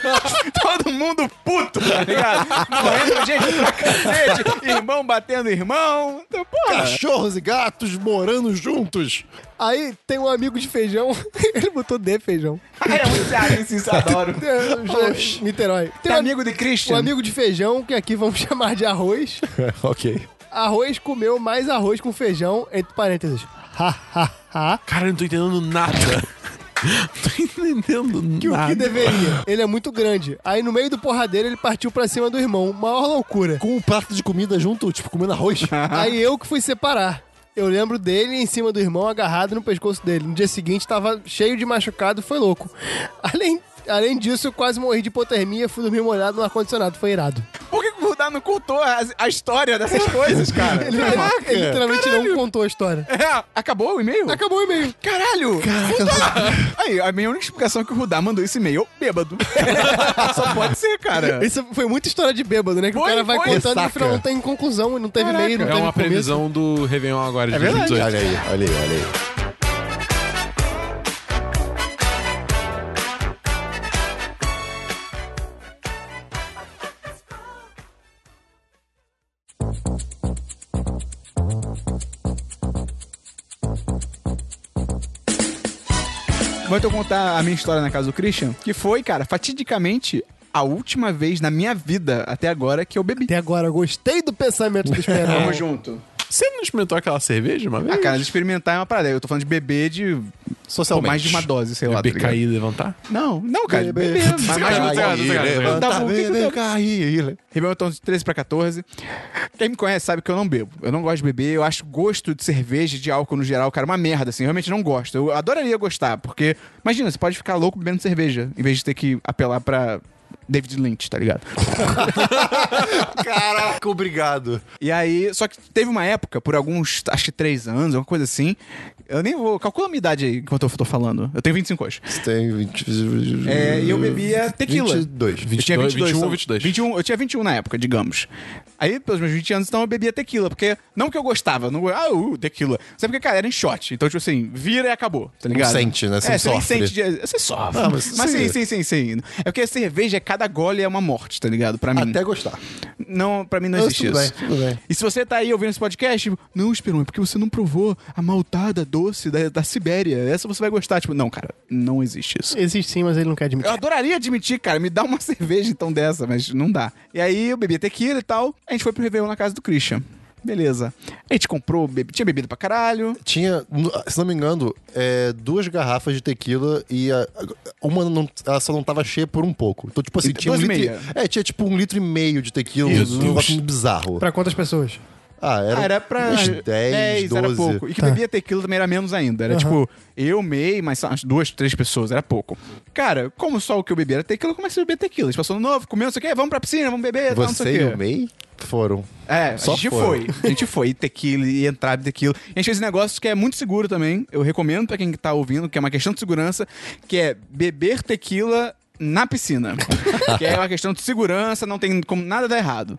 Speaker 1: Todo mundo puto, tá ligado? Morrendo gente pra cacete, irmão batendo irmão. Então, Porra.
Speaker 3: Cachorros e gatos morando juntos.
Speaker 2: Aí tem um amigo de feijão. Ele botou D feijão.
Speaker 1: Cara, é muito cearense, isso, adoro.
Speaker 2: É,
Speaker 1: Oxi.
Speaker 2: Niterói.
Speaker 1: Tem
Speaker 2: Tem um,
Speaker 1: amigo de
Speaker 2: um
Speaker 1: Christian?
Speaker 2: amigo de feijão, que aqui vamos chamar de arroz.
Speaker 3: É, ok.
Speaker 2: Arroz comeu mais arroz com feijão, entre parênteses. Ha, ha, ha.
Speaker 4: Cara, eu não tô entendendo nada. Não tô entendendo
Speaker 2: Que o que
Speaker 4: nada.
Speaker 2: deveria. Ele é muito grande. Aí no meio do porradeiro ele partiu pra cima do irmão. Maior loucura.
Speaker 3: Com um prato de comida junto, tipo, comendo arroz.
Speaker 2: Aí eu que fui separar. Eu lembro dele em cima do irmão, agarrado no pescoço dele. No dia seguinte, tava cheio de machucado, foi louco. Além, além disso, eu quase morri de hipotermia, fui dormir molhado no ar-condicionado, foi irado.
Speaker 1: Por que que o Rudá não contou a, a história dessas coisas, cara?
Speaker 2: Ele, ele literalmente não contou a história.
Speaker 1: É, acabou o e-mail?
Speaker 2: Acabou o e-mail.
Speaker 1: Caralho! Rudá! Aí, a minha única explicação é que o Rudá mandou esse e-mail bêbado. Só pode ser, cara.
Speaker 2: É. Isso foi muita história de bêbado, né? Que o
Speaker 1: É. Foi,
Speaker 2: cara vai
Speaker 1: foi.
Speaker 2: contando e no
Speaker 3: Ressaca.
Speaker 2: final não tem conclusão, não teve
Speaker 1: Caraca.
Speaker 2: e-mail, não
Speaker 4: É
Speaker 2: teve
Speaker 4: uma
Speaker 2: começo.
Speaker 4: previsão do Réveillon agora de
Speaker 1: É verdade.
Speaker 4: 2018.
Speaker 3: Olha aí, olha aí, olha aí.
Speaker 1: Vou então contar a minha história na casa do Christian, que foi, cara, fatidicamente a última vez na minha vida até agora que eu bebi.
Speaker 2: Até agora, gostei do pensamento do Esperão.
Speaker 1: junto.
Speaker 4: Você não experimentou aquela cerveja uma
Speaker 1: Ah,
Speaker 4: vez?
Speaker 1: cara, de experimentar é uma parada. Eu tô falando de beber de.
Speaker 3: Socialmente.
Speaker 1: Mais de uma dose, sei lá. tá
Speaker 4: É Beber,
Speaker 1: ligado?
Speaker 4: cair e levantar?
Speaker 1: Não, não, cara.
Speaker 3: Beber.
Speaker 1: Beber. Mas mais de uma
Speaker 4: Sacanagem.
Speaker 1: dose.
Speaker 4: tá, tá, tá.
Speaker 3: Levanta,
Speaker 1: Tá bom, o que que
Speaker 3: bebe,
Speaker 1: eu-
Speaker 3: carrilho.
Speaker 1: Ribeirão Tom é de 13 pra 14. Quem me conhece sabe que eu não bebo. Eu não gosto de beber. Eu acho gosto de cerveja, de álcool no geral, cara, uma merda, assim. Eu realmente não gosto. Eu adoraria gostar, porque... Imagina, você pode ficar louco bebendo cerveja, em vez de ter que apelar pra... David Lynch, tá ligado?
Speaker 3: Caraca, obrigado.
Speaker 1: E aí, só que teve uma época, por alguns, acho que três anos, alguma coisa assim. Eu nem vou. Calcula a minha idade aí enquanto eu tô falando. Eu tenho 25 hoje.
Speaker 3: Você tem 20...
Speaker 1: É, e eu bebia tequila.
Speaker 3: 22.
Speaker 1: Eu tinha 22,
Speaker 4: 22, 21,
Speaker 1: são-
Speaker 4: 22.
Speaker 1: 21, eu tinha 21 na época, digamos. Aí, pelos meus 20 anos, então eu bebia tequila, porque não que eu gostava, não, ah, uh, tequila. Sabe porque, cara, era em shot. Então, tipo assim, vira e acabou, tá ligado?
Speaker 3: sente, né? Você
Speaker 1: é,
Speaker 3: não
Speaker 1: você nem
Speaker 3: sofre.
Speaker 1: sente. de- Você sofre.
Speaker 3: Ah,
Speaker 1: mas
Speaker 3: mas
Speaker 1: sim,
Speaker 3: você-
Speaker 1: sim, sim, sim. É porque cerveja, cada gole é uma morte, tá ligado? Pra mim.
Speaker 3: Até gostar.
Speaker 1: Não, pra mim não
Speaker 3: Mas
Speaker 1: existe
Speaker 3: tudo
Speaker 1: isso.
Speaker 3: bem, tudo bem.
Speaker 1: E se você tá aí ouvindo esse podcast, tipo, não, Esperon, é porque você não provou a maltada doce da, da Sibéria. Essa você vai gostar. Tipo, não, cara, não existe isso.
Speaker 2: Existe sim, mas ele não quer admitir.
Speaker 1: Eu adoraria admitir, cara, me dá uma cerveja então dessa, mas não dá. E aí eu bebi tequila e tal, a gente foi pro Réveillon na casa do Christian. Beleza. A gente comprou, bebe- tinha bebido pra caralho.
Speaker 3: Tinha, se não me engano, é, duas garrafas de tequila e a- uma não, ela só não tava cheia por um pouco. Então, tipo assim,
Speaker 1: E
Speaker 3: tinha um
Speaker 1: duas e
Speaker 3: litro. e-
Speaker 1: meia.
Speaker 3: É, tinha tipo um litro e meio de tequila, um negócio bizarro.
Speaker 2: Pra quantas pessoas?
Speaker 3: Ah, era,
Speaker 1: Ah, era pra.
Speaker 3: uns 10, 12.
Speaker 1: era pouco. E que bebia tequila também era menos ainda. Era tipo, eu, May, mais umas duas, três pessoas, era pouco. Cara, como só o que eu bebia era tequila, eu comecei a beber tequila. A gente passou no novo, comeu, não sei o quê, vamos pra piscina, vamos beber, tal, não sei é o
Speaker 3: Você
Speaker 1: quê.
Speaker 3: e o May foram.
Speaker 1: É, a
Speaker 3: Só
Speaker 1: gente
Speaker 3: foram.
Speaker 1: foi. A gente foi. E tequila, e entrada de tequila. E a gente fez um negócio que é muito seguro também. Eu recomendo pra quem tá ouvindo, que é uma questão de segurança, que é beber tequila na piscina. que é uma questão de segurança, não tem como nada dar errado.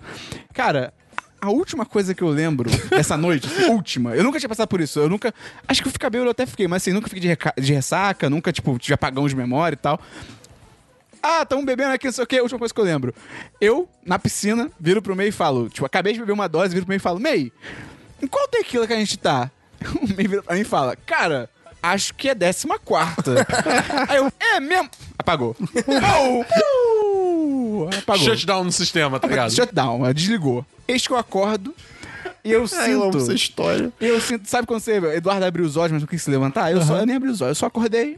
Speaker 1: Cara. A última coisa que eu lembro dessa noite, assim, última, eu nunca tinha passado por isso. Eu nunca. Acho que eu ficar bêbado eu até fiquei, mas assim, nunca fiquei de, reca- de ressaca, nunca, tipo, tive apagão de memória e tal. Ah, tamo bebendo aqui, não sei o que, a última coisa que eu lembro. Eu, na piscina, viro pro meio e falo, tipo, acabei de beber uma dose, viro pro meio e falo, Mei, em qual tequila que a gente tá? O meio vira pra mim e fala, cara, acho que é décima quarta. Aí eu, é mesmo? Apagou. Au! Apagou.
Speaker 4: Shutdown no sistema, tá ligado?
Speaker 1: Shutdown, desligou. Eis que eu acordo e eu
Speaker 3: Ai, eu amo
Speaker 1: sinto.
Speaker 3: essa história.
Speaker 1: Eu sinto, sabe quando você, Eduardo abriu os olhos, mas não quis se levantar? Eu, só, eu nem abri os olhos, eu só acordei.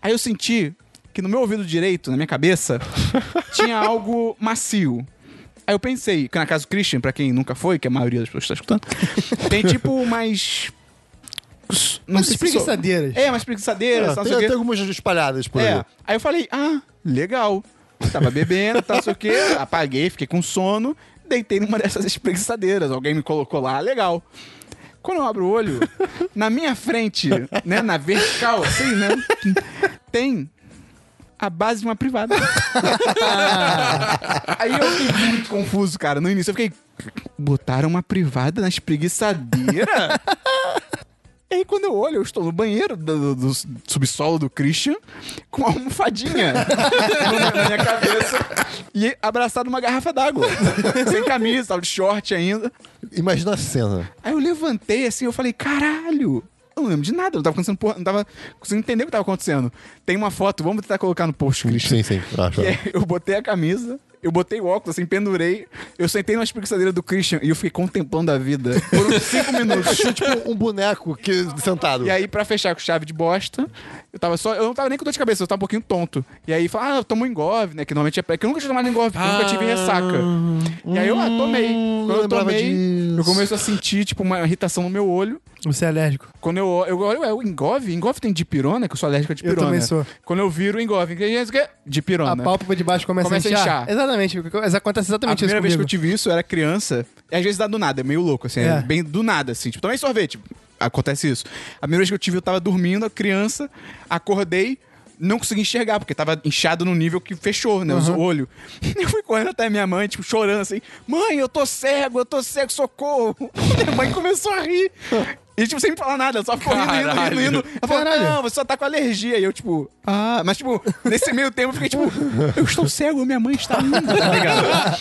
Speaker 1: Aí eu senti que no meu ouvido direito, na minha cabeça, tinha algo macio. Aí eu pensei, que na casa do Christian, pra quem nunca foi, que a maioria das pessoas tá escutando, tem tipo mais. Não sei
Speaker 2: Umas
Speaker 1: se-
Speaker 2: espreguiçadeiras.
Speaker 1: É, umas
Speaker 3: É,
Speaker 1: preguiçadeiras, não
Speaker 3: tem
Speaker 1: sei o quê.
Speaker 3: até algumas espalhadas por
Speaker 1: É.
Speaker 3: aí.
Speaker 1: Aí eu falei, ah, legal. Tava bebendo, tá, não sei o quê. Apaguei, fiquei com sono. Deitei numa dessas espreguiçadeiras. Alguém me colocou lá, legal. Quando eu abro o olho, na minha frente, né, na vertical, assim, né, tem a base de uma privada. Aí eu fiquei muito confuso, cara, no início. Eu fiquei, botaram uma privada na espreguiçadeira? E aí, quando eu olho, eu estou no banheiro do, do- do subsolo do Christian com uma almofadinha na na minha cabeça e abraçado numa garrafa d'água. sem camisa, tava de short ainda.
Speaker 3: Imagina a cena.
Speaker 1: Aí eu levantei assim, eu falei, caralho! Eu não lembro de nada, eu não tava conseguindo, porra, não tava conseguindo entender o que tava acontecendo. Tem uma foto, vamos tentar colocar no post, Christian.
Speaker 3: Sim, sim. Acho.
Speaker 1: Que é, eu botei a camisa, eu botei o óculos, assim, pendurei, eu sentei na espreguiçadeira do Christian e eu fiquei contemplando a vida por uns cinco minutos.
Speaker 3: Tinha, tipo um boneco que, sentado.
Speaker 1: E aí, pra fechar com chave de bosta, eu tava só. Eu não tava nem com dor de cabeça, eu tava um pouquinho tonto. E aí fala, ah, eu tomo engove, né? Que normalmente é. pra- Que eu nunca tinha tomado engove, porque eu nunca tive ressaca. E aí eu ah, tomei. Quando eu
Speaker 3: lembrava
Speaker 1: tomei,
Speaker 3: disso.
Speaker 1: eu começo a sentir, tipo, uma irritação no meu olho.
Speaker 2: Você é alérgico.
Speaker 1: Quando eu olho, eu olho, ué, o engove? Engove tem dipirona, que eu sou alérgico a dipirona.
Speaker 2: também sou.
Speaker 1: Quando eu viro o engove, que é isso que é
Speaker 2: A
Speaker 1: dipirona.
Speaker 2: pálpebra de baixo né? começa,
Speaker 1: Começa a
Speaker 2: a inchar.
Speaker 1: inchar.
Speaker 2: Exatamente. Isso acontece
Speaker 1: A
Speaker 2: exatamente isso
Speaker 1: primeira vez que eu
Speaker 2: comigo.
Speaker 1: tive isso, eu era criança. E às vezes dá do nada, é meio louco, assim. É.
Speaker 2: É.
Speaker 1: bem do nada, assim. Tipo, também sorvete. Acontece isso. A primeira vez que eu tive, eu tava dormindo, a criança, acordei, não consegui enxergar, porque tava inchado no nível que fechou, né? Os olhos. Eu fui correndo até minha mãe, tipo, chorando assim: Mãe, eu tô cego, eu tô cego, socorro. minha mãe começou a rir. E, tipo, sem me falar nada, só ficou rindo, rindo, rindo,
Speaker 4: Caralho.
Speaker 1: rindo. Ela falou,
Speaker 2: Caralho.
Speaker 1: não, você só tá com alergia. E eu, tipo, ah... Mas, tipo, nesse meio tempo eu fiquei, tipo, eu estou cego, minha mãe está linda, tá ligado?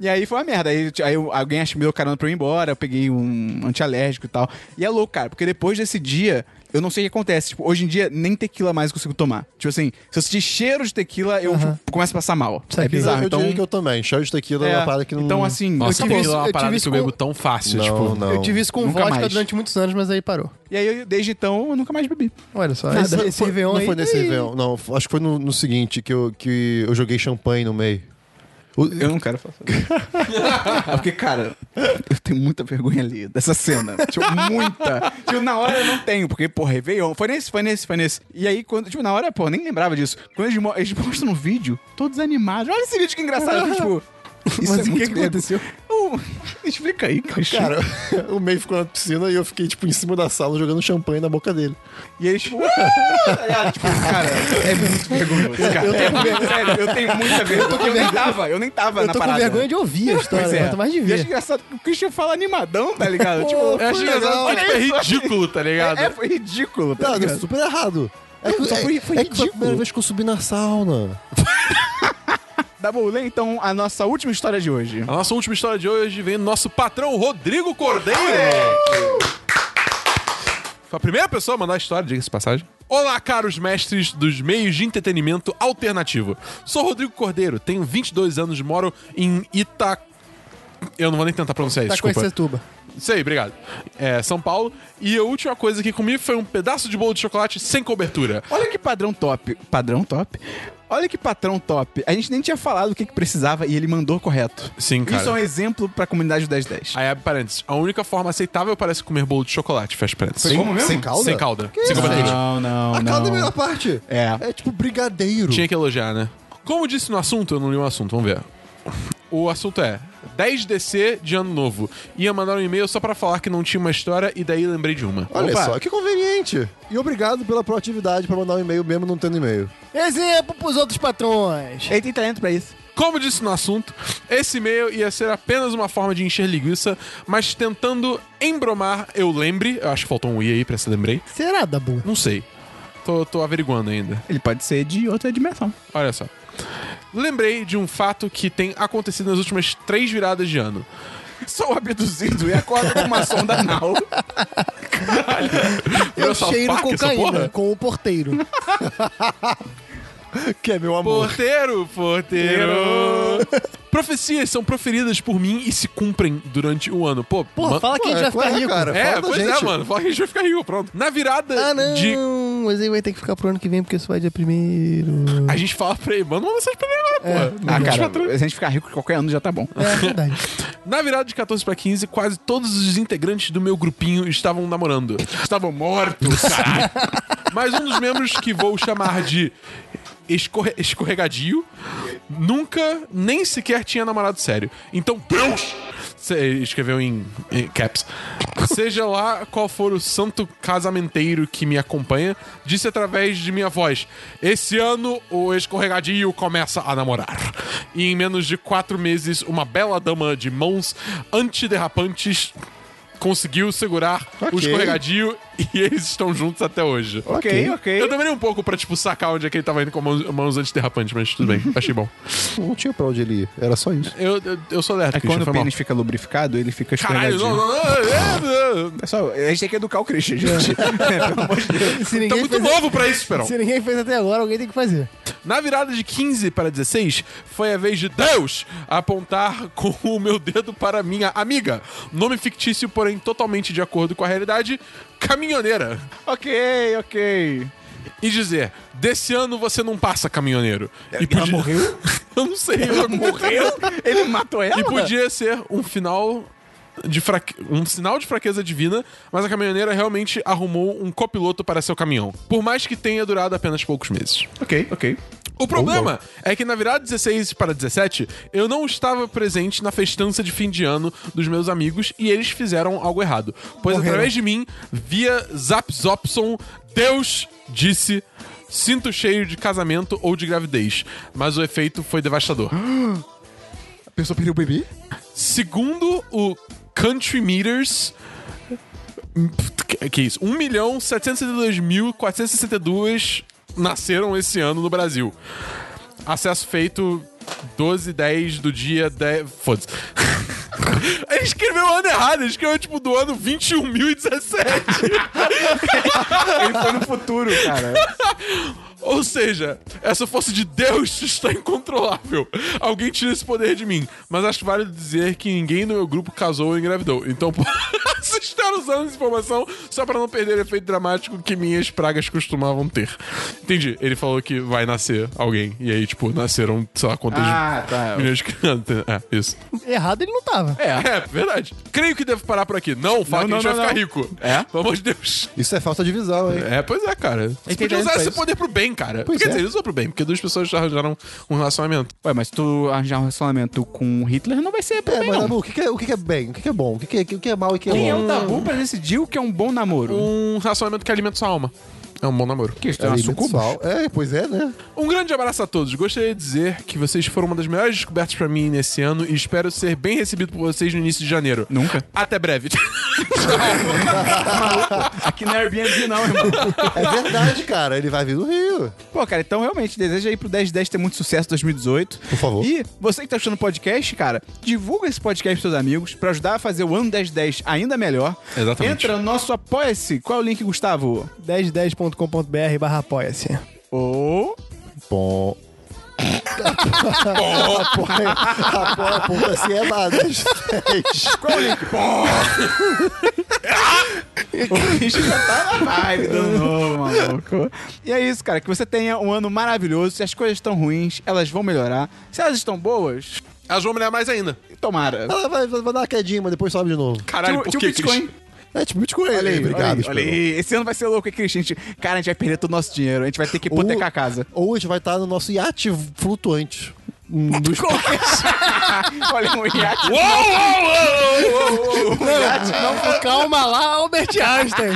Speaker 1: E aí foi uma merda. Aí, t- aí eu- alguém acho que me deu carona pra eu ir embora, eu peguei um antialérgico e tal. E é louco, cara, porque depois desse dia, eu não sei o que acontece. Tipo, hoje em dia, nem tequila mais eu consigo tomar. Tipo assim, se eu sentir cheiro de tequila, eu tipo, começo a passar mal.
Speaker 2: Saquei.
Speaker 1: É bizarro,
Speaker 3: eu
Speaker 1: então...
Speaker 3: diria que eu também. Cheio de tequila é uma parada que não...
Speaker 1: Então, assim,
Speaker 4: Nossa,
Speaker 1: eu
Speaker 4: aquilo
Speaker 1: tive
Speaker 4: é
Speaker 1: isso.
Speaker 2: eu
Speaker 4: uma
Speaker 2: tive
Speaker 4: parada
Speaker 2: isso
Speaker 4: que eu bebo
Speaker 2: com-
Speaker 4: tão fácil,
Speaker 3: não,
Speaker 4: tipo.
Speaker 3: não.
Speaker 2: Eu tive isso com
Speaker 1: Nunca
Speaker 2: vodka
Speaker 1: mais.
Speaker 2: durante muitos anos, mas aí parou.
Speaker 1: E aí, eu- desde então, eu nunca mais bebi.
Speaker 2: Olha só,
Speaker 1: Nada.
Speaker 2: esse, esse
Speaker 3: Foi-
Speaker 2: Réveillon
Speaker 3: não
Speaker 2: aí...
Speaker 3: foi nesse
Speaker 2: Ih,
Speaker 3: Réveillon, não. Acho que foi no, no seguinte, que eu, que eu joguei champanhe no meio. O-
Speaker 1: Eu não quero falar sobre isso. É Porque, cara, eu tenho muita vergonha ali dessa cena. Tipo, muita. Tipo, na hora eu não tenho, porque, pô, Réveillon. Foi nesse, foi nesse, foi nesse. E aí, quando, tipo, na hora, pô, nem lembrava disso. Quando eles, mo- eles postam no vídeo, todos animados. Olha esse vídeo que engraçado. Eu fico, tipo, isso
Speaker 2: Mas
Speaker 1: é
Speaker 2: o que
Speaker 1: muito
Speaker 2: que
Speaker 1: vergo-
Speaker 2: aconteceu?
Speaker 1: Uh, explica aí, Christian.
Speaker 3: Cara, o meio ficou na piscina e eu fiquei, tipo, em cima da sala jogando champanhe na boca dele.
Speaker 1: E eles, tipo, "Ah", tá ligado? Tipo, cara, é muito vergonhoso, cara. Eu sério, eu tenho muita vergonha. Eu, nem tava, eu nem tava
Speaker 2: Eu
Speaker 1: na
Speaker 2: tô com
Speaker 1: parada. é.
Speaker 2: vergonha de ouvir a história, mas tô mais de
Speaker 1: E acho
Speaker 2: ver.
Speaker 1: engraçado que o Christian fala animadão, tá ligado? tipo,
Speaker 2: Pô,
Speaker 4: Eu acho
Speaker 2: foi
Speaker 4: engraçado
Speaker 2: legal.
Speaker 4: porque tipo, é
Speaker 1: Olha isso.
Speaker 4: ridículo, tá ligado?
Speaker 1: assim, É, é, foi ridículo. Tá
Speaker 3: Tá, deu
Speaker 1: ligado?
Speaker 3: super errado. É que,
Speaker 1: só foi- foi
Speaker 3: é que foi a
Speaker 1: ridículo.
Speaker 3: primeira vez que eu subi na sauna.
Speaker 1: Double Lane, então, a nossa última história de hoje.
Speaker 4: A nossa última história de hoje vem do nosso patrão Rodrigo Cordeiro. Foi a primeira pessoa a mandar a história, diga-se de passagem. Olá, caros mestres dos meios de entretenimento alternativo. Sou Rodrigo Cordeiro, tenho 22 anos, moro em Ita... Eu não vou nem tentar pronunciar isso,
Speaker 2: Tá com
Speaker 4: desculpa.
Speaker 2: esse tuba.
Speaker 4: Sei, obrigado. É, São Paulo. E a última coisa que comi foi um pedaço de bolo de chocolate sem cobertura.
Speaker 1: Olha que padrão top. Padrão top? Olha que patrão top. A gente nem tinha falado o que, que precisava e ele mandou correto.
Speaker 4: Sim, cara.
Speaker 1: Isso é um exemplo pra comunidade do 1010.
Speaker 4: Aí abre parênteses. A única forma aceitável parece comer bolo de chocolate, fecha parênteses.
Speaker 1: Foi como mesmo?
Speaker 3: Sem calda?
Speaker 4: Sem calda.
Speaker 3: Que
Speaker 4: sem
Speaker 3: isso,
Speaker 4: cobertura.
Speaker 3: gente?
Speaker 1: não,
Speaker 3: a calda é a melhor parte.
Speaker 1: É.
Speaker 3: É tipo brigadeiro.
Speaker 4: Tinha que elogiar, né? Como disse no assunto, eu não li o assunto, vamos ver. O assunto é 10DC de ano novo. Ia mandar um e-mail só pra falar que não tinha uma história e daí lembrei de uma.
Speaker 3: Olha
Speaker 1: Opa.
Speaker 3: só, que conveniente. E obrigado pela proatividade pra mandar um e-mail mesmo não tendo e-mail.
Speaker 2: Exemplo pros outros patrões.
Speaker 1: Ele tem talento pra isso.
Speaker 4: Como disse no assunto, esse e-mail ia ser apenas uma forma de encher linguiça, mas tentando embromar, eu lembre. Eu acho que faltou um i aí pra se lembrei.
Speaker 2: Será, Dabu?
Speaker 4: Não sei. Tô, tô averiguando ainda.
Speaker 1: Ele pode ser de outra dimensão.
Speaker 4: Olha só. Lembrei de um fato que tem acontecido nas últimas três viradas de ano.
Speaker 1: Sou abduzido e acorda com uma sonda anal. um
Speaker 4: Virou
Speaker 2: Eu
Speaker 4: só
Speaker 2: cheiro
Speaker 4: faca essa
Speaker 2: cocaína
Speaker 4: porra?
Speaker 2: com o porteiro.
Speaker 3: Que é meu amor.
Speaker 4: Porteiro, porteiro. Profecias são proferidas por mim e se cumprem durante o ano. Pô,
Speaker 2: Porra,
Speaker 4: man-
Speaker 2: fala que a gente
Speaker 3: Ué,
Speaker 2: vai
Speaker 3: qual
Speaker 2: ficar
Speaker 3: é,
Speaker 2: rico.
Speaker 3: cara?
Speaker 4: É,
Speaker 3: fala da
Speaker 4: pois é,
Speaker 3: gente.
Speaker 4: mano. Fala que a gente vai ficar rico, pronto. Na virada
Speaker 2: Ah, não.
Speaker 4: de.
Speaker 2: Mas aí vai ter que ficar pro ano que vem, porque isso vai dia primeiro.
Speaker 4: A gente fala pra ele, manda uma mensagem pra ele agora, pô.
Speaker 1: ah, cara, se a gente ficar rico qualquer ano já tá bom.
Speaker 2: É verdade.
Speaker 4: Na virada de 14 pra 15, quase todos os integrantes do meu grupinho estavam namorando. Estavam mortos, caralho. Mas um dos membros que vou chamar de escorre- escorregadio nunca nem sequer tinha namorado sério. Então, Deus! Cê escreveu em, em caps. Seja lá qual for o santo casamenteiro que me acompanha, disse através de minha voz: Esse ano o escorregadio começa a namorar. E em menos de quatro meses, uma bela dama de mãos antiderrapantes conseguiu segurar o
Speaker 3: Ok.
Speaker 4: escorregadio e eles estão juntos até hoje.
Speaker 1: Ok, ok.
Speaker 4: Eu demorei um pouco pra, tipo, sacar onde é que ele tava indo com mãos, mãos antiderrapantes, mas tudo bem, achei bom.
Speaker 3: Não tinha pra onde ele ir, era só isso.
Speaker 4: Eu, eu, eu sou lerdo,
Speaker 1: É quando
Speaker 4: Christian,
Speaker 1: o
Speaker 4: foi mal.
Speaker 1: pênis fica lubrificado, ele fica
Speaker 4: Caralho,
Speaker 1: escorregadinho.
Speaker 4: não, não, não, não, não.
Speaker 1: É só, a gente tem que educar o Christian, gente. É, Pelo amor de Deus.
Speaker 2: Se
Speaker 4: Tá
Speaker 2: ninguém
Speaker 4: muito
Speaker 2: fez-
Speaker 4: novo pra isso, Perão.
Speaker 2: Se ninguém fez até agora, alguém tem que fazer.
Speaker 4: Na virada de 15 para 16, foi a vez de Deus apontar com o meu dedo para minha amiga. Nome fictício, porém totalmente de acordo com a realidade, caminhoneira.
Speaker 1: ok, ok.
Speaker 4: E dizer, desse ano você não passa, caminhoneiro. E
Speaker 1: ela morreu?
Speaker 4: eu não sei, ela morreu?
Speaker 1: Ele matou ela? né?
Speaker 4: E podia ser um final de fraque... um sinal de fraqueza divina, mas a caminhoneira realmente arrumou um copiloto para seu caminhão. Por mais que tenha durado apenas poucos meses.
Speaker 1: Ok, ok.
Speaker 4: O problema é que na virada 16 para 17, eu não estava presente na festança de fim de ano dos meus amigos e eles fizeram algo errado. Pois através de mim, via Zap Zopson, Deus disse. Sinto cheio de casamento ou de gravidez, mas o efeito foi devastador.
Speaker 1: A pessoa perdeu o bebê?
Speaker 4: Segundo o Country Meters. Que, que isso? 1.772.462 nasceram esse ano no Brasil. Acesso feito 12 10 do dia 10. Foda-se. Ele escreveu o ano errado, ele escreveu tipo do ano 21.017.
Speaker 1: Ele foi no futuro, cara.
Speaker 4: Ou seja, essa força de Deus está incontrolável. Alguém tira esse poder de mim. Mas acho válido dizer que ninguém no meu grupo casou ou engravidou. Então, se estar usando essa informação só pra não perder o efeito dramático que minhas pragas costumavam ter. Entendi. Ele falou que vai nascer alguém. E aí, tipo, nasceram, sei lá, quantas
Speaker 1: Ah, tá.
Speaker 4: milhões de crianças. É, isso.
Speaker 2: Errado ele não tava.
Speaker 4: É, verdade. Creio que devo parar por aqui. Não, fala que a
Speaker 1: Não,
Speaker 4: gente
Speaker 1: não,
Speaker 4: vai ficar
Speaker 1: não,
Speaker 4: rico. É? Pelo amor de Deus.
Speaker 3: Isso é falta de visão, hein?
Speaker 4: É, pois é, cara. Você podia
Speaker 1: Entendendo
Speaker 4: usar
Speaker 1: pra
Speaker 4: esse
Speaker 1: isso.
Speaker 4: poder pro bem, cara.
Speaker 3: Pois é.
Speaker 4: Quer dizer, ele usou pro bem, porque duas pessoas já arranjaram um relacionamento.
Speaker 1: Ué, mas tu arranjar um relacionamento com Hitler não vai ser
Speaker 3: É,
Speaker 1: problema,
Speaker 3: mas
Speaker 1: não.
Speaker 3: Dabu, o que, que é, o que, que é bem? O que, que é bom? O que, que, é, o que é mal e o que é
Speaker 1: Quem é
Speaker 3: bom?
Speaker 2: um
Speaker 1: o tabu pra decidir o que é um bom namoro?
Speaker 4: Um relacionamento que alimenta sua alma. É um bom namoro.
Speaker 1: Que isso, é uma
Speaker 3: Alimento
Speaker 1: sucuba?
Speaker 3: sal. É, pois é, né?
Speaker 4: Um grande abraço a todos. Gostaria de dizer que vocês foram uma das melhores descobertas pra mim nesse ano e espero ser bem recebido por vocês no início de janeiro.
Speaker 1: Nunca.
Speaker 4: Até breve.
Speaker 1: Aqui não é Airbnb não, irmão.
Speaker 3: É verdade, cara. Ele vai vir do Rio.
Speaker 1: Pô, cara, então realmente deseja aí pro 1010 ter muito sucesso em 2018. Por
Speaker 3: favor.
Speaker 1: E você que tá achando o podcast, cara, divulga esse podcast pros seus amigos pra ajudar a fazer o ano 1010 ainda melhor.
Speaker 4: Exatamente.
Speaker 1: Entra no nosso Apoia-se. Qual é o link, Gustavo?
Speaker 2: 1010.com.br barra apoia-se.
Speaker 1: Ou...
Speaker 3: Bom. apoia, apoia, apoia, assim é nada.
Speaker 1: Qual é o link? o bicho já tá na vibe do novo, maluco. E é isso, cara. Que você tenha um ano maravilhoso. Se as coisas estão ruins, elas vão melhorar. Se elas estão boas,
Speaker 4: Elas vão melhorar mais ainda.
Speaker 1: tomara.
Speaker 3: Ela vai, vai vai dar uma quedinha, mas depois sobe de novo.
Speaker 4: Caralho,
Speaker 1: Tio-
Speaker 4: por
Speaker 1: tio
Speaker 4: que,
Speaker 1: Bitcoin.
Speaker 4: Cris?
Speaker 3: É tipo Bitcoin. Olha aí,
Speaker 1: Olha aí,
Speaker 3: obrigado.
Speaker 1: olha aí.
Speaker 3: Esperon.
Speaker 1: Esse ano vai ser louco, hein, Cris? A gente- Cara, a gente vai perder todo o nosso dinheiro. A gente vai ter que hipotecar
Speaker 3: Ou-
Speaker 1: a casa.
Speaker 3: Ou a gente vai estar no nosso iate flutuante. Hum,
Speaker 2: Tá
Speaker 3: dos-
Speaker 1: Olha, um iate. Um iate,
Speaker 2: Não, calma lá, Albert Einstein.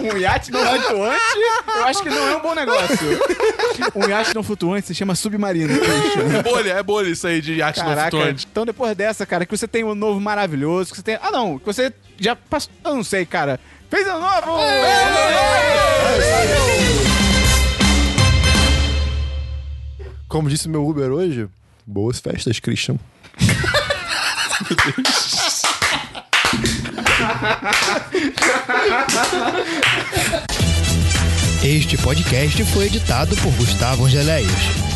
Speaker 1: um iate não flutuante, eu acho que não é um bom negócio. Um iate não flutuante se chama submarino, Christian.
Speaker 4: É bolha, é bolha isso aí de arte
Speaker 1: Caraca.
Speaker 4: é flutuante.
Speaker 1: Então, depois dessa, cara, que você tem um novo maravilhoso, que você tem. Ah, não, que você já passou. Eu não sei, cara. Fez ano novo!
Speaker 3: Como disse meu Uber hoje, boas festas, Christian.
Speaker 2: Este podcast foi editado por Gustavo Angeléias.